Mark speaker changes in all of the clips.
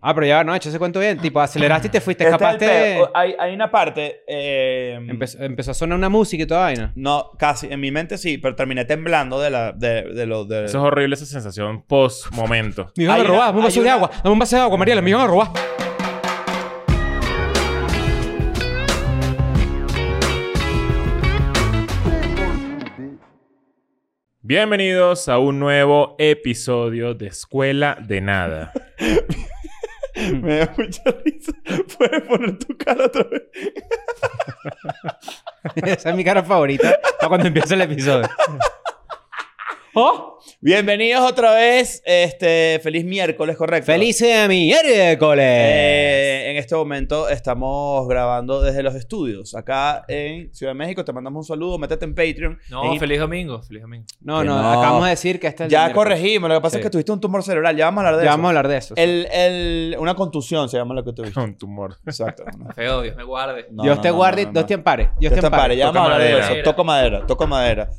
Speaker 1: Ah, pero ya, no, echa ese cuento bien. Tipo, aceleraste y te fuiste,
Speaker 2: Este es el
Speaker 1: escapaste.
Speaker 2: pedo. Hay, hay una parte. eh,
Speaker 1: Empezó, empezó a sonar una música y toda vaina.
Speaker 2: No, casi. En mi mente sí, pero terminé temblando de la. de, de lo. de-
Speaker 3: Eso es horrible, esa sensación post-momento.
Speaker 1: Me iban
Speaker 2: Hay
Speaker 1: a robar,
Speaker 2: una-
Speaker 1: dame un
Speaker 2: hay
Speaker 1: vaso de
Speaker 2: una-
Speaker 1: agua, dame un vaso de agua, Mariela, me iban a robar.
Speaker 3: Bienvenidos a un nuevo episodio de Escuela de Nada.
Speaker 2: Me da mucha risa. Puedes poner tu cara otra vez.
Speaker 1: Esa es mi cara favorita para cuando empieza el episodio. ¡Oh!
Speaker 2: Bienvenidos otra vez. Este. Feliz miércoles, correcto.
Speaker 1: ¡Felices miércoles!
Speaker 2: Eh, en este momento estamos grabando desde los estudios, acá en Ciudad de México. Te mandamos un saludo, métete en Patreon.
Speaker 4: No,
Speaker 2: En-
Speaker 4: feliz domingo, feliz domingo.
Speaker 1: no,
Speaker 2: que
Speaker 1: no,
Speaker 2: no.
Speaker 1: acabamos de decir que este es el
Speaker 2: Ya
Speaker 1: miércoles.
Speaker 2: corregimos, lo que pasa
Speaker 1: Sí.
Speaker 2: es que tuviste un tumor cerebral, ya vamos a hablar de
Speaker 1: Ya
Speaker 2: eso.
Speaker 1: vamos a hablar de eso.
Speaker 2: El, el, una contusión se llama lo que tuviste.
Speaker 3: Un tumor.
Speaker 2: Exacto. no.
Speaker 4: Feo, Dios me guarde.
Speaker 2: No,
Speaker 1: Dios
Speaker 2: no,
Speaker 1: te
Speaker 2: no,
Speaker 1: guarde,
Speaker 2: no, no,
Speaker 1: Dios
Speaker 2: no.
Speaker 1: te ampare. Dios,
Speaker 2: Dios te ampare, ya
Speaker 3: Toca
Speaker 2: vamos a hablar de
Speaker 3: madera.
Speaker 2: eso. Toco madera, toco madera.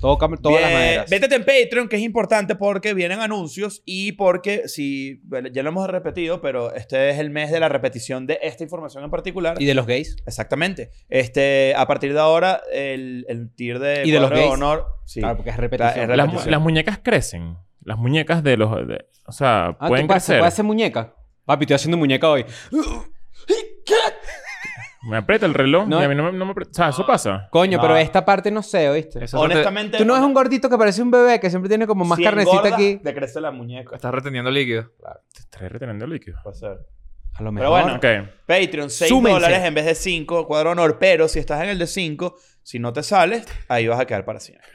Speaker 1: Toca todas las
Speaker 2: Bien,
Speaker 1: maneras.
Speaker 2: Métete en Patreon, que es importante porque vienen anuncios y porque, si, bueno, ya lo hemos repetido, pero este es el mes de la repetición de esta información en particular.
Speaker 1: ¿Y de los gays?
Speaker 2: Exactamente. Este, a partir de ahora, el, el tier de,
Speaker 1: ¿Y de los
Speaker 2: cuadro
Speaker 1: gays? Ah, pues,
Speaker 2: honor. Sí.
Speaker 1: Claro, porque es repetición.
Speaker 2: Está- es
Speaker 3: Las, mu-
Speaker 2: repetición.
Speaker 3: las muñecas crecen. Las muñecas de los... de- o sea,
Speaker 1: Ah, ¿tú
Speaker 3: pueden
Speaker 1: puedes-
Speaker 3: crecer.
Speaker 1: puedes hacer muñeca? Papi, estoy haciendo muñeca hoy.
Speaker 3: Me aprieta el reloj
Speaker 1: No. Ah.
Speaker 3: y a mí no me, no me aprieta. O sea, eso pasa.
Speaker 1: Coño,
Speaker 4: No.
Speaker 1: pero esta parte no sé, ¿oíste?
Speaker 4: Eso
Speaker 2: Honestamente.
Speaker 1: Tú no es un gordito que parece un bebé que siempre tiene como más
Speaker 2: si
Speaker 1: carnecita
Speaker 2: engordas,
Speaker 1: aquí.
Speaker 2: Te crece la
Speaker 4: te-
Speaker 2: muñeca. Este
Speaker 4: Estás reteniendo líquido.
Speaker 3: Te estoy reteniendo líquido.
Speaker 2: Puede ser.
Speaker 1: A lo
Speaker 2: Pero
Speaker 1: mejor.
Speaker 2: bueno.
Speaker 3: Ok.
Speaker 2: Patreon, 6
Speaker 1: Súmense.
Speaker 2: dólares en vez de 5, cuadro honor. Pero si estás en el de 5, si no te sales, ahí vas a quedar para siempre.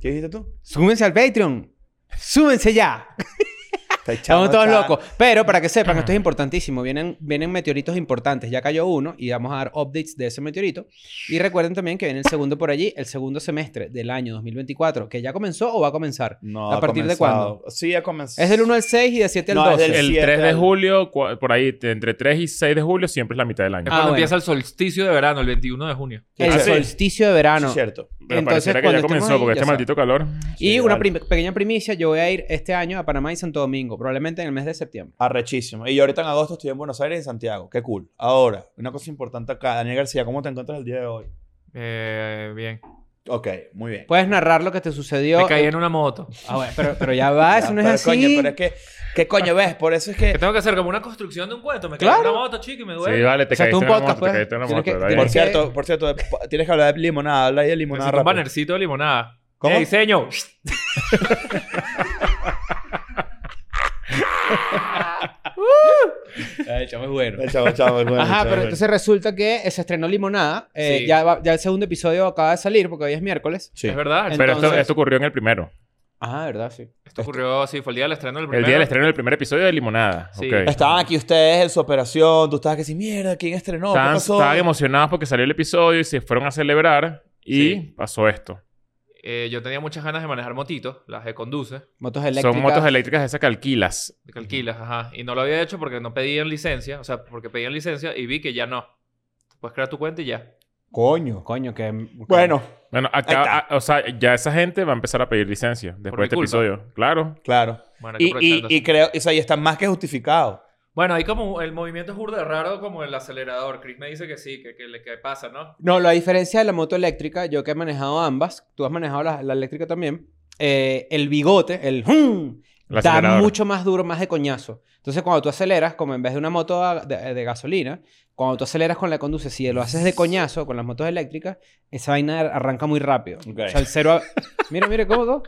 Speaker 2: ¿Qué dijiste tú?
Speaker 1: Súmense al Patreon. Súmense ya.
Speaker 2: Está echando
Speaker 1: Estamos todos
Speaker 2: acá.
Speaker 1: locos. Pero para que sepan, esto es importantísimo. Vienen, vienen meteoritos importantes. Ya cayó uno y vamos a dar updates de ese meteorito. Y recuerden también que viene el segundo por allí, el segundo semestre del año 2024, que ya comenzó o va a comenzar.
Speaker 2: No,
Speaker 1: ¿A
Speaker 2: ha
Speaker 1: partir de
Speaker 2: comenzado. Sí, ha comenzado.
Speaker 1: Es del 1 al 6 y de 7 al
Speaker 2: No, es
Speaker 1: 12.
Speaker 2: del-
Speaker 3: El
Speaker 2: siete
Speaker 3: 3 de
Speaker 2: al-
Speaker 3: julio, cua- por ahí, te- entre 3 y 6 de julio, siempre es la mitad del año.
Speaker 4: Es
Speaker 1: Ah,
Speaker 4: cuando
Speaker 1: bueno.
Speaker 4: empieza el solsticio de verano, el 21 de junio.
Speaker 1: El
Speaker 3: Ah, sí.
Speaker 1: solsticio de verano.
Speaker 2: Sí, cierto.
Speaker 3: Pero
Speaker 1: entonces,
Speaker 3: pareciera que ya
Speaker 1: cuando estemos
Speaker 3: comenzó
Speaker 1: ahí,
Speaker 3: porque
Speaker 1: ya
Speaker 3: este
Speaker 1: saben.
Speaker 3: maldito calor...
Speaker 1: Y
Speaker 2: Sí,
Speaker 1: una
Speaker 2: vale.
Speaker 1: prim- pequeña primicia, yo voy a ir este año a Panamá y Santo Domingo, probablemente en el mes de septiembre.
Speaker 2: Arrechísimo. Y yo ahorita en agosto estoy en Buenos Aires y en Santiago. Qué cool. Ahora, una cosa importante acá. Daniel García, ¿cómo te encuentras el día de hoy?
Speaker 4: Eh, bien.
Speaker 2: Ok, muy bien.
Speaker 1: Puedes narrar lo que te sucedió.
Speaker 4: Me caí en una moto.
Speaker 1: Ah, bueno, pero, pero ya va,
Speaker 2: Ya,
Speaker 1: eso no es
Speaker 2: pero
Speaker 1: así.
Speaker 2: Coño, pero es que, ¿qué coño ves? Por eso es
Speaker 4: Que
Speaker 2: que.
Speaker 4: tengo que hacer como una construcción de un cuento. Me caí
Speaker 1: Claro.
Speaker 4: en una moto, chico, y me duele.
Speaker 3: Sí, vale, te
Speaker 1: O sea,
Speaker 3: caíste
Speaker 1: tú un
Speaker 3: en la
Speaker 1: podcast,
Speaker 3: moto, te
Speaker 1: pues,
Speaker 3: caíste en la
Speaker 1: tienes
Speaker 3: moto.
Speaker 1: que-
Speaker 3: ¿verdad?
Speaker 2: Por
Speaker 1: tienes-
Speaker 2: cierto, por cierto, de- tienes que hablar de limonada. Habla ahí de limonada
Speaker 4: Necesito un
Speaker 2: rápido.
Speaker 4: bannercito de limonada.
Speaker 2: ¿Cómo?
Speaker 4: Eh, diseño.
Speaker 1: Ay, chamo, es bueno.
Speaker 2: Eh, Chavo, chavo, es bueno,
Speaker 1: Ajá,
Speaker 2: chavo,
Speaker 1: pero
Speaker 2: es bueno.
Speaker 1: entonces resulta que eh, se estrenó Limonada. eh,
Speaker 4: Sí.
Speaker 1: ya, va- ya el segundo episodio acaba de salir porque hoy es miércoles.
Speaker 2: Sí.
Speaker 4: Es verdad.
Speaker 1: En-
Speaker 4: Esto,
Speaker 3: Pero esto,
Speaker 1: entonces-
Speaker 3: esto ocurrió en el primero.
Speaker 1: Ah, verdad, sí.
Speaker 4: esto ocurrió, sí, fue el día del estreno del primero.
Speaker 3: El día del estreno del primer episodio de Limonada.
Speaker 4: Sí.
Speaker 3: ok.
Speaker 2: Estaban aquí ustedes en su operación. Tú estabas que sí, mierda, ¿quién estrenó? ¿Qué
Speaker 3: Estaban,
Speaker 2: pasó?
Speaker 3: estaban emocionados porque salió el episodio y se fueron a celebrar. Y
Speaker 4: Sí.
Speaker 3: pasó esto.
Speaker 4: Eh, yo tenía muchas ganas de manejar motitos, las de conduce,
Speaker 1: Motos eléctricas.
Speaker 3: Son motos eléctricas de esas que alquilas.
Speaker 4: de que alquilas, ajá. Y no lo había hecho porque no pedían licencia. O sea, porque pedían licencia y vi que ya no. Puedes crear tu cuenta y ya.
Speaker 2: Coño.
Speaker 1: Coño, que. que-
Speaker 2: Bueno,
Speaker 3: Bueno,
Speaker 2: Ahí
Speaker 3: acá,
Speaker 2: está.
Speaker 3: a- o sea, ya esa gente va a empezar a pedir licencia después de
Speaker 4: mi
Speaker 3: este
Speaker 4: culpa.
Speaker 3: episodio. Claro.
Speaker 2: claro.
Speaker 4: Bueno, hay que
Speaker 2: Y,
Speaker 4: aprovechar
Speaker 2: y,
Speaker 4: entonces.
Speaker 2: y creo, o sea, y está más que justificado.
Speaker 4: Bueno, hay como el movimiento es burda de raro como el acelerador. Chris me dice que sí, que, que, le- que pasa, ¿no?
Speaker 1: No, la diferencia de la moto eléctrica, yo que he manejado ambas, tú has manejado la, la eléctrica también. eh, el bigote, el. ¡hum!
Speaker 3: El
Speaker 1: da
Speaker 3: acelerador.
Speaker 1: mucho más duro, más de coñazo. Entonces, cuando tú aceleras, como en vez de una moto a- de, de gasolina, cuando tú aceleras con la conduces, si lo haces de coñazo con las motos eléctricas, esa vaina arranca muy rápido.
Speaker 2: Ok.
Speaker 1: O sea, el cero. a- Mira, mira, ¿cómo? cómo?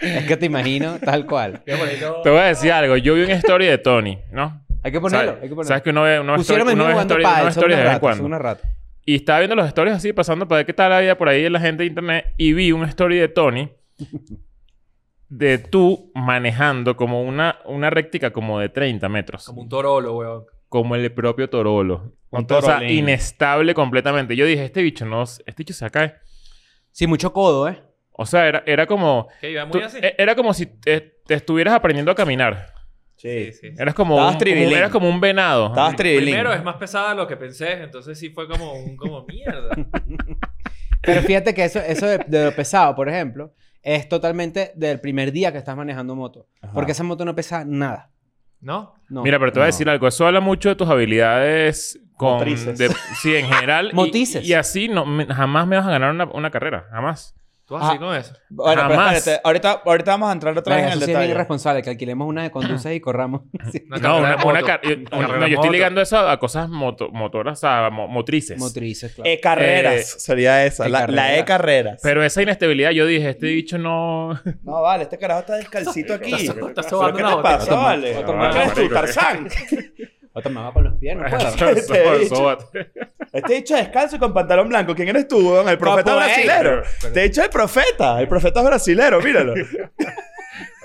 Speaker 1: Es que te imagino tal cual.
Speaker 4: Qué bonito.
Speaker 3: Te voy a decir algo. Yo vi una historia de Tony, ¿no?
Speaker 1: Hay que ponerlo,
Speaker 3: ¿Sabes?
Speaker 1: hay que ponerlo.
Speaker 3: ¿Sabes que uno ve, uno ve story-
Speaker 1: Pusieron el
Speaker 3: uno
Speaker 1: mío
Speaker 3: ve
Speaker 1: jugando
Speaker 3: story- uno ve
Speaker 1: pádel, son
Speaker 3: stories
Speaker 1: unas
Speaker 3: de vez en
Speaker 1: ratas, son
Speaker 3: cuando?
Speaker 1: unas ratas.
Speaker 3: Y estaba viendo los stories así, pasando para ver qué tal había por ahí de la gente de internet. Y vi una story de Tony. De tú manejando como una, una réctica como de 30 metros.
Speaker 4: Como
Speaker 3: Como,
Speaker 4: un torolo, weón.
Speaker 3: el propio Torolo.
Speaker 2: Un
Speaker 3: Entonces, o sea,
Speaker 2: torolín.
Speaker 3: inestable completamente. Yo dije, este bicho no... Este bicho se acá.
Speaker 1: Sí, mucho codo, ¿eh?
Speaker 3: O sea, era, era como...
Speaker 4: Que iba
Speaker 3: tú-
Speaker 4: muy así.
Speaker 3: e-
Speaker 2: eh,
Speaker 3: era como si te, te estuvieras aprendiendo a caminar.
Speaker 2: eh,
Speaker 4: Sí, sí.
Speaker 3: Eras como,
Speaker 2: Estabas
Speaker 3: un, como-
Speaker 2: trivilín.
Speaker 3: eras como un venado.
Speaker 2: Estabas trivilín.
Speaker 4: Primero es más pesada de lo que pensé, entonces sí fue como un como mierda.
Speaker 1: Pero fíjate que eso, eso de, de lo pesado, por ejemplo, es totalmente del primer día que estás manejando moto.
Speaker 2: Ajá.
Speaker 1: Porque esa moto no pesa nada.
Speaker 4: ¿No?
Speaker 1: No.
Speaker 3: Mira, pero te voy a
Speaker 2: No.
Speaker 3: decir algo. Eso habla mucho de tus habilidades con...
Speaker 2: Motrices.
Speaker 3: de- sí, en general. y-
Speaker 1: Motrices.
Speaker 3: Y, así no, me- jamás me vas a ganar una, una carrera. Jamás.
Speaker 4: Tú así
Speaker 2: Ah.
Speaker 4: no es.
Speaker 2: Bueno, pero
Speaker 3: Jamás.
Speaker 2: espérate, ahorita, ahorita vamos a entrar otra vez
Speaker 1: Verga,
Speaker 2: en
Speaker 1: eso
Speaker 2: el
Speaker 1: sí es bien
Speaker 2: detalle.
Speaker 1: irresponsable, que alquilemos una de conduces y corramos. Sí.
Speaker 4: Una
Speaker 3: No,
Speaker 4: carrera
Speaker 3: una,
Speaker 4: de moto.
Speaker 3: una car- yo-
Speaker 4: Una
Speaker 3: una-
Speaker 4: carrera
Speaker 3: no,
Speaker 4: de
Speaker 3: yo estoy
Speaker 4: moto.
Speaker 3: ligando eso a, a cosas moto- motoras, a mo- motrices.
Speaker 1: Motrices, claro.
Speaker 2: E carreras sería esa,
Speaker 1: E
Speaker 2: la, la e carreras.
Speaker 3: Pero esa inestabilidad, yo dije, este bicho no.
Speaker 2: No, vale, este carajo está descalcito aquí. ¿Pero
Speaker 4: Estás
Speaker 2: ¿Qué
Speaker 4: sobando una
Speaker 2: te
Speaker 4: botella.
Speaker 2: pasa, vale?
Speaker 1: Otro
Speaker 2: ¿Qué
Speaker 3: más.
Speaker 2: crees tú, Tarzán?
Speaker 1: Otra me va con los pies, no puedo.
Speaker 3: Sóbate,
Speaker 2: bicho.
Speaker 3: sóbate.
Speaker 2: Este dicho descalzo y con pantalón blanco. ¿Quién eres tú, weón? El profeta
Speaker 1: Papo, ey.
Speaker 2: brasilero. Te he dicho el profeta. El profeta es brasilero, míralo.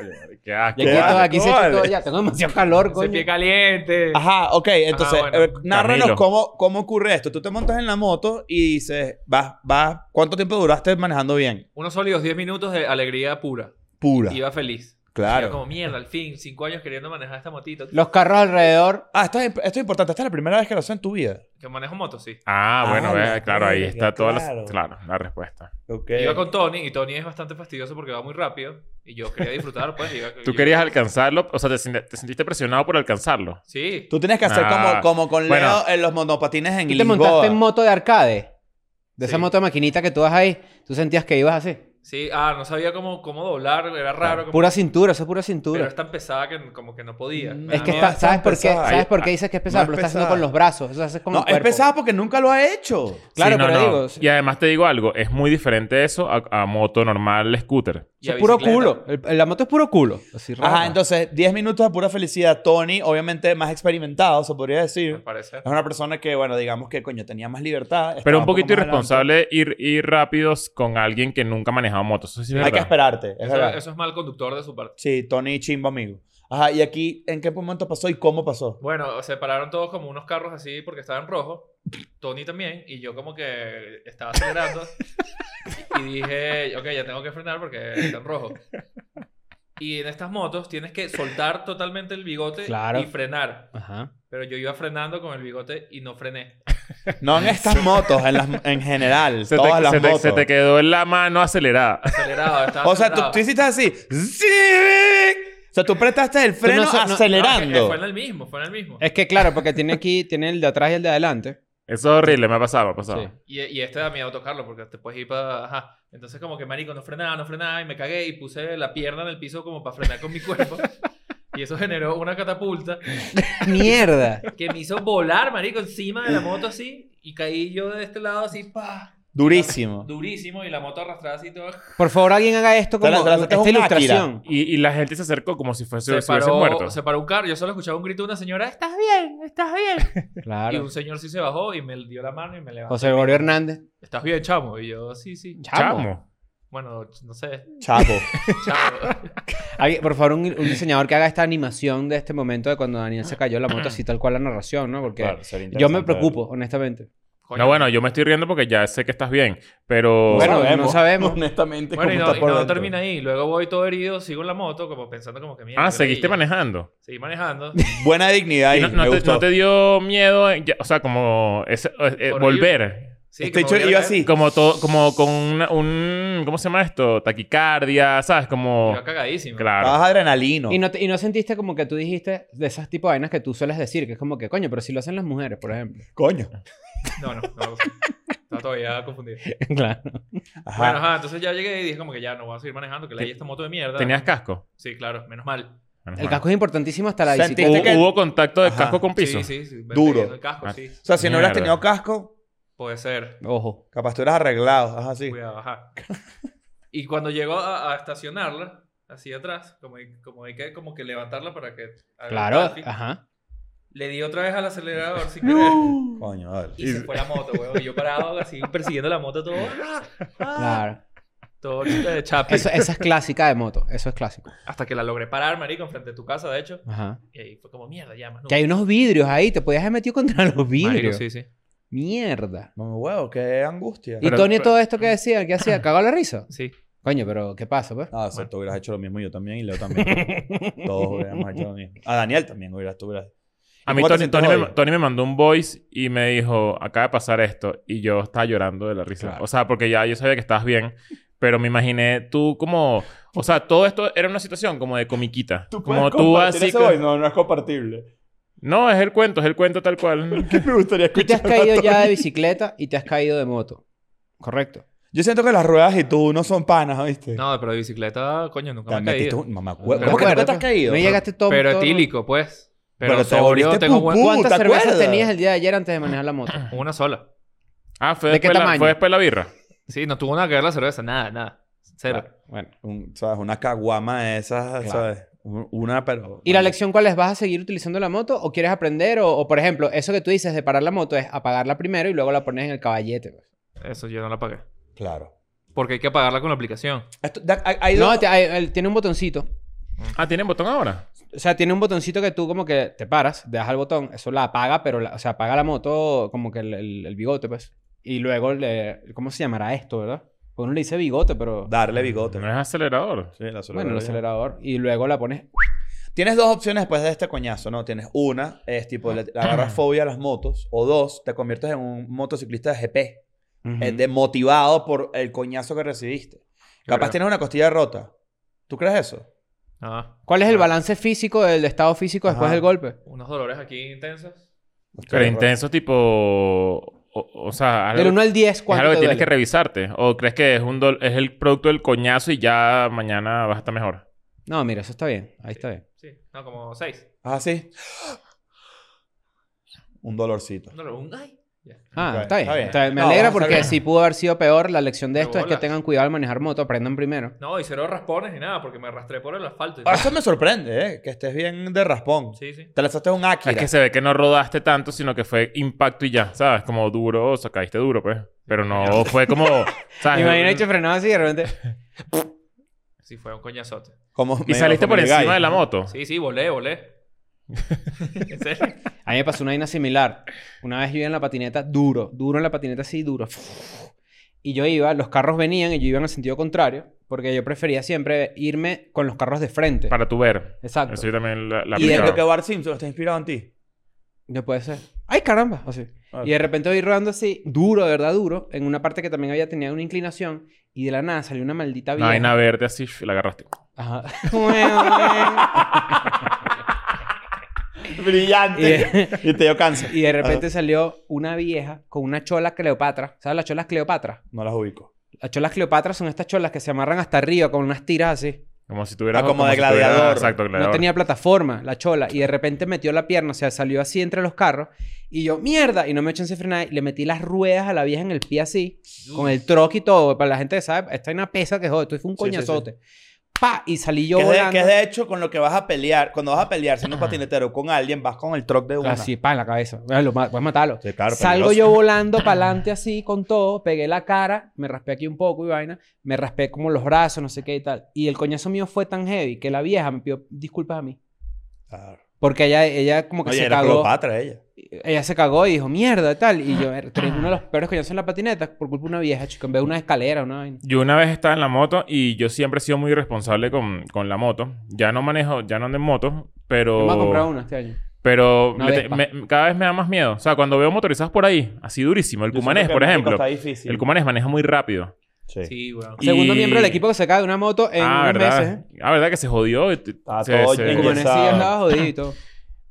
Speaker 3: Oye, madre, qué asco.
Speaker 1: Y aquí
Speaker 2: Qué
Speaker 1: todo,
Speaker 2: asco,
Speaker 1: aquí se echa
Speaker 2: vale.
Speaker 1: todo ya. Tengo demasiado calor,
Speaker 4: Ese
Speaker 1: coño.
Speaker 4: pie caliente.
Speaker 2: Ajá, ok. Entonces,
Speaker 4: bueno.
Speaker 2: eh, nárranos
Speaker 3: Ah, Camilo.
Speaker 2: cómo, cómo ocurre esto. Tú te montas en la moto y dices, vas, vas. ¿Cuánto tiempo duraste manejando bien?
Speaker 4: Unos sólidos 10 minutos de alegría pura.
Speaker 2: Pura.
Speaker 4: Iba feliz. Yo
Speaker 2: Claro.
Speaker 4: como mierda, al fin, 5 años queriendo manejar esta motito.
Speaker 1: Los carros alrededor.
Speaker 2: Ah, esto es, imp- esto es importante. Esta es la primera vez que lo haces en tu vida.
Speaker 4: Que manejo moto, sí.
Speaker 3: Ah, bueno,
Speaker 2: Ah,
Speaker 3: ve,
Speaker 2: la
Speaker 3: claro, ahí
Speaker 2: verga,
Speaker 3: está toda
Speaker 2: claro.
Speaker 3: la, claro, la respuesta.
Speaker 2: Ok.
Speaker 4: Iba con Tony y Tony es bastante fastidioso porque va muy rápido. Y yo quería disfrutar, pues. iba-
Speaker 3: Tú
Speaker 4: yo-
Speaker 3: querías alcanzarlo, o sea, te, sin- te sentiste presionado por alcanzarlo.
Speaker 4: Sí.
Speaker 2: Tú tienes que hacer como,
Speaker 3: Ah.
Speaker 2: como con Leo
Speaker 3: Bueno.
Speaker 2: en los monopatines en
Speaker 1: ¿Y te
Speaker 2: Lisboa.
Speaker 1: montaste en moto de arcade? De esa
Speaker 4: Sí.
Speaker 1: moto de maquinita que tú vas ahí. Tú sentías que ibas así.
Speaker 4: Sí, ah, no sabía cómo, cómo doblar, era raro. como-
Speaker 1: Ah, Pura cintura, eso es pura
Speaker 4: pero
Speaker 1: cintura.
Speaker 4: es tan pesada que como que no podía. Me
Speaker 1: Mm, Es
Speaker 4: da
Speaker 1: que
Speaker 4: miedo.
Speaker 1: está, ¿sabes, por qué,
Speaker 2: pesada.
Speaker 1: ¿sabes
Speaker 3: Ahí-
Speaker 1: por qué dices que es pesado?
Speaker 2: no es
Speaker 1: Lo estás haciendo
Speaker 2: pesada.
Speaker 1: con los brazos. Eso lo haces con
Speaker 2: No,
Speaker 1: el
Speaker 2: es
Speaker 1: cuerpo.
Speaker 2: pesado porque nunca lo ha hecho.
Speaker 1: Claro,
Speaker 3: Sí, no,
Speaker 1: pero
Speaker 3: no.
Speaker 1: digo.
Speaker 3: Y además te digo algo, es muy diferente eso a, a moto normal, scooter.
Speaker 4: Y a
Speaker 1: es puro
Speaker 4: bicicleta.
Speaker 1: culo. El- la moto es puro culo. Así
Speaker 2: Ajá,
Speaker 1: rara.
Speaker 2: entonces 10 minutos de pura felicidad. Tony, obviamente más experimentado, se podría
Speaker 4: Me
Speaker 2: decir.
Speaker 4: parece.
Speaker 2: Es
Speaker 1: Ah,
Speaker 2: una persona que, bueno, digamos que coño, tenía más libertad. estaba
Speaker 3: Pero un poquito
Speaker 2: más
Speaker 3: irresponsable ir, ir rápidos con alguien que nunca ha manejado moto. Eso sí es
Speaker 2: adelante. Hay que
Speaker 3: verdad.
Speaker 2: esperarte, es
Speaker 4: Eso,
Speaker 2: verdad.
Speaker 4: eso es mal conductor de su parte.
Speaker 2: Sí, Tony chimba amigo. Ajá, y aquí, ¿en qué momento pasó y cómo pasó?
Speaker 4: Bueno, se pararon todos como unos carros así porque estaban rojos. Tony también. Y yo como que estaba acelerando. y dije, ok, ya tengo que frenar porque están rojos. Y en estas motos tienes que soltar totalmente el bigote
Speaker 1: Claro.
Speaker 4: y frenar.
Speaker 1: Ajá.
Speaker 4: Pero yo iba frenando con el bigote y no frené.
Speaker 2: No en estas motos, en, las, en general,
Speaker 3: Se
Speaker 2: todas
Speaker 3: te,
Speaker 2: las
Speaker 3: se te-
Speaker 2: motos.
Speaker 3: se te quedó en la mano acelerada.
Speaker 4: Acelerado, estaba
Speaker 2: o sea, tú,
Speaker 4: acelerado.
Speaker 2: tú hiciste así. ¡Sí! O sea, tú prestaste el freno
Speaker 1: so- no- no,
Speaker 4: No, que- que
Speaker 2: acelerando.
Speaker 4: fue en el mismo, fue en el mismo.
Speaker 1: Es que claro, porque tiene aquí, tiene el de atrás y el de adelante.
Speaker 3: Eso es horrible, me ha pasado, me ha pasado.
Speaker 1: Sí.
Speaker 4: Y, y este da miedo tocarlo porque te puedes ir para... Ajá. Entonces como que, marico, no frenaba, no frenaba y me cagué y puse la pierna en el piso como para frenar con mi cuerpo. y eso generó una catapulta
Speaker 1: ¡Mierda!
Speaker 4: que me hizo volar, marico, encima de la moto así. Y caí yo de este lado así, pa,
Speaker 2: Durísimo.
Speaker 4: durísimo. Y la moto arrastrada así todo.
Speaker 1: Por favor, alguien haga esto
Speaker 2: Te
Speaker 1: como
Speaker 2: la- te la sacaste
Speaker 1: esta
Speaker 2: un Akira.
Speaker 1: ilustración.
Speaker 3: Y, y la gente se acercó como si fuese,
Speaker 4: Se
Speaker 3: si hubiese muerto.
Speaker 4: paró, se paró un carro. Yo solo escuchaba un grito de una señora, ¿estás bien? ¿Estás bien? Y
Speaker 1: Claro.
Speaker 4: un señor sí se bajó y me dio la mano y me levantó.
Speaker 1: José Gregorio Hernández.
Speaker 4: ¿Estás bien, chamo? Y yo, sí, sí.
Speaker 1: Chamo.
Speaker 3: Chamo.
Speaker 4: Bueno, no sé,
Speaker 2: Chapo.
Speaker 4: chamo.
Speaker 1: Alguien- por favor, un, un diseñador que haga esta animación de este momento de cuando Daniel se cayó de la moto, así tal cual la narración, ¿no? Porque
Speaker 2: Claro, sería
Speaker 1: yo me
Speaker 2: interesante
Speaker 1: preocupo, honestamente.
Speaker 4: Coño.
Speaker 3: No, bueno, yo me estoy riendo porque ya sé que estás bien. Pero.
Speaker 1: Bueno, no sabemos.
Speaker 2: Honestamente,
Speaker 4: Bueno, y
Speaker 2: cómo
Speaker 4: no,
Speaker 2: está
Speaker 4: y
Speaker 2: por
Speaker 4: no
Speaker 2: dentro.
Speaker 4: termina ahí. Luego voy todo herido, sigo en la moto, como pensando como que mierda.
Speaker 3: ah,
Speaker 4: qué
Speaker 3: seguiste
Speaker 4: ladilla.
Speaker 3: manejando.
Speaker 4: Seguí manejando.
Speaker 2: Buena dignidad
Speaker 3: Y
Speaker 2: ahí.
Speaker 3: no, no
Speaker 2: me
Speaker 3: te,
Speaker 2: gustó.
Speaker 3: no te dio miedo, eh, ya- o sea, como. ese- eh, eh,
Speaker 4: Por ahí-
Speaker 3: volver.
Speaker 4: Sí,
Speaker 2: Este
Speaker 4: como
Speaker 2: hecho
Speaker 4: voy a
Speaker 2: iba
Speaker 4: caer.
Speaker 2: así.
Speaker 3: Como todo, como con una- un. ¿Cómo se llama esto? Taquicardia, ¿sabes? Como.
Speaker 4: Iba cagadísimo.
Speaker 3: Oh, Claro.
Speaker 2: Estabas adrenalino.
Speaker 1: Y no, te- y no sentiste como que tú dijiste de esas tipo de vainas que tú sueles decir, que es como que, coño, pero si lo hacen las mujeres, por ejemplo.
Speaker 2: Coño.
Speaker 4: No, no, no. Estaba todavía confundido.
Speaker 1: claro.
Speaker 2: Ajá.
Speaker 4: Bueno, ajá, entonces ya llegué y dije como que ya no voy a seguir manejando, que la hay esta moto de mierda.
Speaker 3: ¿Tenías casco?
Speaker 4: Sí, claro, menos mal.
Speaker 3: Menos
Speaker 1: El
Speaker 3: mal.
Speaker 1: casco es importantísimo hasta la
Speaker 2: Sentiste
Speaker 1: bicicleta.
Speaker 3: ¿Hubo,
Speaker 2: que-
Speaker 3: hubo contacto de
Speaker 2: Ajá.
Speaker 3: casco con piso?
Speaker 4: Sí, sí, sí. me
Speaker 2: Duro.
Speaker 4: pegué El casco,
Speaker 3: Ah.
Speaker 4: sí.
Speaker 2: o sea, si no hubieras
Speaker 3: Mierda.
Speaker 2: tenido casco,
Speaker 4: Puede ser.
Speaker 1: Ojo.
Speaker 2: capaz tú eras arreglado. Ajá, sí.
Speaker 4: Cuidado, ajá. Y cuando llegó a, a estacionarla, así atrás, como, hay- como hay que como que levantarla para que... haga el
Speaker 1: Claro, Ah.
Speaker 4: selfie,
Speaker 1: ajá.
Speaker 4: Le di otra vez al acelerador sin querer.
Speaker 2: Coño, vale.
Speaker 4: Y se fue la moto, weón. Y yo parado así persiguiendo la moto todo. ah, ah,
Speaker 1: Claro.
Speaker 4: Todo de chapi.
Speaker 1: Eso, esa es clásica de moto. Eso es clásico.
Speaker 4: Hasta que la logré parar, marico, enfrente de tu casa, de hecho.
Speaker 1: Ajá.
Speaker 4: Y ahí fue como mierda, ya más
Speaker 1: Que hay unos vidrios ahí. Te podías haber metido contra los vidrios.
Speaker 4: Marico, sí, sí.
Speaker 1: Mierda.
Speaker 2: No, huevo, qué angustia.
Speaker 1: y
Speaker 3: Pero-
Speaker 1: Tony,
Speaker 3: pero-
Speaker 1: todo esto que decía, ¿qué hacía? ¿Cagó la risa?
Speaker 4: Sí.
Speaker 1: Coño, pero ¿qué pasa, pues?
Speaker 2: Ah, o sea, tú hubieras hecho lo mismo yo también y Leo también. Todos hubiéramos hecho lo mismo. A Daniel también hubieras, tú hubieras.
Speaker 3: A mí
Speaker 2: ¿Cómo te
Speaker 3: Tony,
Speaker 2: sientes
Speaker 3: Tony me,
Speaker 2: hoy?
Speaker 3: Tony me mandó un voice y me dijo, acaba de pasar esto. Y yo estaba llorando de la risa.
Speaker 1: Claro.
Speaker 3: O sea, porque ya yo sabía que estabas bien. Pero me imaginé tú como... O sea, todo esto era una situación como de comiquita.
Speaker 2: ¿Tú puedes
Speaker 3: como tú
Speaker 2: compartir
Speaker 3: así...
Speaker 2: ese
Speaker 3: que-
Speaker 2: voice? No, no es compartible.
Speaker 3: No, es el cuento, es el cuento tal cual.
Speaker 2: Que me gustaría
Speaker 1: Tú te has
Speaker 2: escuchar.
Speaker 1: caído ya de bicicleta y te has caído de moto. Correcto.
Speaker 2: Yo siento que las ruedas y tú no son panas, ¿viste?
Speaker 4: No, pero de bicicleta, coño, nunca
Speaker 2: Te
Speaker 4: me he
Speaker 2: metiste
Speaker 4: caído.
Speaker 2: un mamá
Speaker 4: No me
Speaker 2: ¿Cómo que nunca
Speaker 1: acuerdo,
Speaker 2: te has
Speaker 1: pues.
Speaker 2: caído?
Speaker 1: No llegaste todo.
Speaker 4: Pero
Speaker 1: todo-
Speaker 4: etílico, pues. Pero,
Speaker 2: Pero te
Speaker 4: sobrio,
Speaker 2: volviste
Speaker 4: tengo buen-
Speaker 2: pupú.
Speaker 1: ¿Cuántas
Speaker 2: Uh, ¿te
Speaker 1: cervezas
Speaker 2: acuerdas?
Speaker 1: tenías el día de ayer antes de manejar la moto?
Speaker 4: una sola.
Speaker 3: Ah, fue
Speaker 1: ¿De qué
Speaker 3: después, la,
Speaker 1: tamaño?
Speaker 3: fue después la birra.
Speaker 4: Sí, no tuvo nada que ver la cerveza, nada, nada. Cero.
Speaker 1: Bueno.
Speaker 2: Un- ¿Sabes? Una caguama de esas,
Speaker 1: Claro.
Speaker 2: ¿sabes? Un- Una, pero...
Speaker 1: ¿Y la lección cuál es? ¿Vas a seguir utilizando la moto o quieres aprender? O, o, por ejemplo, eso que tú dices de parar la moto es apagarla primero y luego la pones en el caballete. pues.
Speaker 4: Eso yo no la pagué.
Speaker 2: Claro.
Speaker 4: Porque hay que apagarla con la aplicación.
Speaker 2: Esto- da- hay- hay
Speaker 1: No,
Speaker 2: dos-
Speaker 1: te- hay- el- tiene un botoncito.
Speaker 3: Ah, ¿tienen botón ahora?
Speaker 1: O sea, tiene un botoncito que tú como que te paras, dejas el botón, eso la apaga, pero, la- o sea, apaga la moto como que el, el- el bigote, pues. Y luego, le, ¿cómo se llamará esto, verdad? Porque uno le dice bigote, pero...
Speaker 2: Darle bigote.
Speaker 3: No es acelerador.
Speaker 2: Sí, la
Speaker 1: bueno, el
Speaker 2: ya.
Speaker 1: acelerador. Y luego la pones...
Speaker 2: Tienes dos opciones después de este coñazo, ¿no? Tienes una, es tipo, le le
Speaker 3: Ah.
Speaker 2: agarras fobia a las motos. O dos, te conviertes en un motociclista de GP. eh,
Speaker 1: Ujú.
Speaker 2: de- motivado por el coñazo que recibiste. Capaz
Speaker 4: creo.
Speaker 2: tienes una costilla rota. ¿Tú crees eso?
Speaker 4: Ah,
Speaker 1: ¿Cuál es el balance físico, el estado físico después
Speaker 2: Ajá.
Speaker 1: del golpe?
Speaker 4: unos dolores aquí intensos.
Speaker 3: Pero intenso tipo... O, o sea, algo,
Speaker 1: Del 1 al 10,
Speaker 3: es
Speaker 1: ¿cuánto
Speaker 3: algo que
Speaker 1: te
Speaker 3: tienes que
Speaker 1: duele?
Speaker 3: revisarte. ¿O crees que es, un dol- es el producto del coñazo y ya mañana vas a estar mejor?
Speaker 1: No, mira, eso está bien. Ahí está bien.
Speaker 4: Sí, no, como seis.
Speaker 2: Ah, sí. Un dolorcito.
Speaker 4: Un dolor, un ay. Ya.
Speaker 1: Ah,
Speaker 2: Ok,
Speaker 1: está, bien.
Speaker 2: está bien.
Speaker 1: Está bien. Me
Speaker 2: No,
Speaker 1: alegra
Speaker 2: está
Speaker 1: porque
Speaker 2: bien.
Speaker 1: si pudo haber sido peor, la lección de
Speaker 4: De
Speaker 1: esto es que
Speaker 4: bolas.
Speaker 1: tengan cuidado al manejar moto, aprendan primero.
Speaker 4: No, y cero raspones ni nada, porque me arrastré por el asfalto. y-
Speaker 2: Ah, Eso me sorprende, ¿eh? Que estés bien de raspón.
Speaker 4: Sí, sí.
Speaker 2: Te lanzaste un Akira.
Speaker 3: Es que se ve que no rodaste tanto, sino que fue impacto y ya, ¿sabes? Como duro, o sea, caíste duro, pues. Pero no fue como... ¿sabes?
Speaker 1: Me imagino hecho frenado así y de repente...
Speaker 4: Sí, fue un coñazote.
Speaker 2: Como
Speaker 3: Y
Speaker 2: medio
Speaker 3: saliste por
Speaker 2: Family
Speaker 3: encima
Speaker 2: Guy.
Speaker 3: de la moto.
Speaker 4: Sí, sí, volé, volé. ¿En serio?
Speaker 1: A mí me pasó una vaina similar. Una vez yo iba en la patineta duro, duro en la patineta así, duro. Y yo iba, los carros venían y yo iba en el sentido contrario, porque yo prefería siempre irme con los carros de frente.
Speaker 3: Para tu ver.
Speaker 1: Exacto.
Speaker 3: Eso yo también la, la
Speaker 1: Y de
Speaker 2: Siento
Speaker 3: aplicaba.
Speaker 2: que Bart Simpson está inspirado en ti.
Speaker 1: No puede ser. ¡Ay, caramba! Así.
Speaker 2: Ah.
Speaker 3: er-
Speaker 1: Y de repente voy rodando así, duro, de verdad duro, en una parte que también había tenido una inclinación, y de la nada salió una maldita vieja.
Speaker 3: Una vaina verde así, sh, la agarraste.
Speaker 1: Ajá. y,
Speaker 2: Brillante.
Speaker 3: er-
Speaker 1: de,
Speaker 2: Y te dio cáncer.
Speaker 1: y de repente salió una vieja con una chola Cleopatra. ¿Sabes las cholas Cleopatra?
Speaker 2: No las ubico.
Speaker 1: Las cholas Cleopatra son estas cholas que se amarran hasta arriba con unas tiras así.
Speaker 3: Como si tuvieras...
Speaker 2: Ah, como de
Speaker 3: si tuvieras-
Speaker 2: gladiador.
Speaker 3: exacto, gladiador.
Speaker 1: No tenía plataforma, la chola. Y de repente metió la pierna, o sea, salió así entre los carros. Y yo, mierda. Y no me echó en frenar. Y le metí las ruedas a la vieja en el pie así. Con el troc y todo. Para la gente que sabe, esta es una pesa que jode. Esto fue un
Speaker 2: Sí, sí, sí.
Speaker 1: coñazote. Pa, y salí yo
Speaker 2: Que es, de,
Speaker 1: volando.
Speaker 2: que es de hecho con lo que vas a pelear. Cuando vas a pelear siendo un patinetero con alguien, vas con el truck de una.
Speaker 1: Así, pa, en la cabeza. Bueno, lo ma- puedes matarlo.
Speaker 2: Sí, claro,
Speaker 1: Salgo
Speaker 2: peligroso.
Speaker 1: yo volando para adelante así con todo, pegué la cara, me raspé aquí un poco y vaina, me raspé como los brazos, no sé qué y tal. Y el coñazo mío fue tan heavy que la vieja me pidió disculpas a mí.
Speaker 2: Claro.
Speaker 1: Porque ella, ella como que
Speaker 2: Oye,
Speaker 1: se
Speaker 2: era
Speaker 1: cagó.
Speaker 2: Cleopatra ella.
Speaker 1: Ella se cagó y dijo, mierda, tal. Y yo, "Er, tú eres uno de los peores coñazos en la patineta por culpa de una vieja, chico, en vez de una escalera, una vaina.
Speaker 3: Yo una vez estaba en la moto y yo siempre he sido muy irresponsable con, con la moto. Ya no manejo, ya no ando en moto,
Speaker 1: Yo
Speaker 3: pero...
Speaker 1: me voy a comprar una este año.
Speaker 3: Pero
Speaker 1: Una
Speaker 3: le te-
Speaker 1: Vespa.
Speaker 3: me- cada vez me da más miedo. O sea, cuando veo motorizados por ahí, así durísimo. El
Speaker 2: Yo
Speaker 3: cumanés,
Speaker 2: siento que
Speaker 3: por
Speaker 2: en México
Speaker 3: ejemplo.
Speaker 2: Está difícil.
Speaker 3: El cumanés maneja muy rápido.
Speaker 2: Sí.
Speaker 4: Sí, weón.
Speaker 3: Y-
Speaker 1: Segundo miembro del equipo que se cae de una moto en
Speaker 3: ah,
Speaker 1: unos
Speaker 3: ¿verdad?
Speaker 1: meses. ¿eh?
Speaker 3: Ah, ¿verdad? Que se jodió. y t-
Speaker 2: Está
Speaker 3: se-
Speaker 2: todo
Speaker 3: se-
Speaker 1: El cumanés sí
Speaker 2: Enguesado.
Speaker 1: andaba jodido y todo.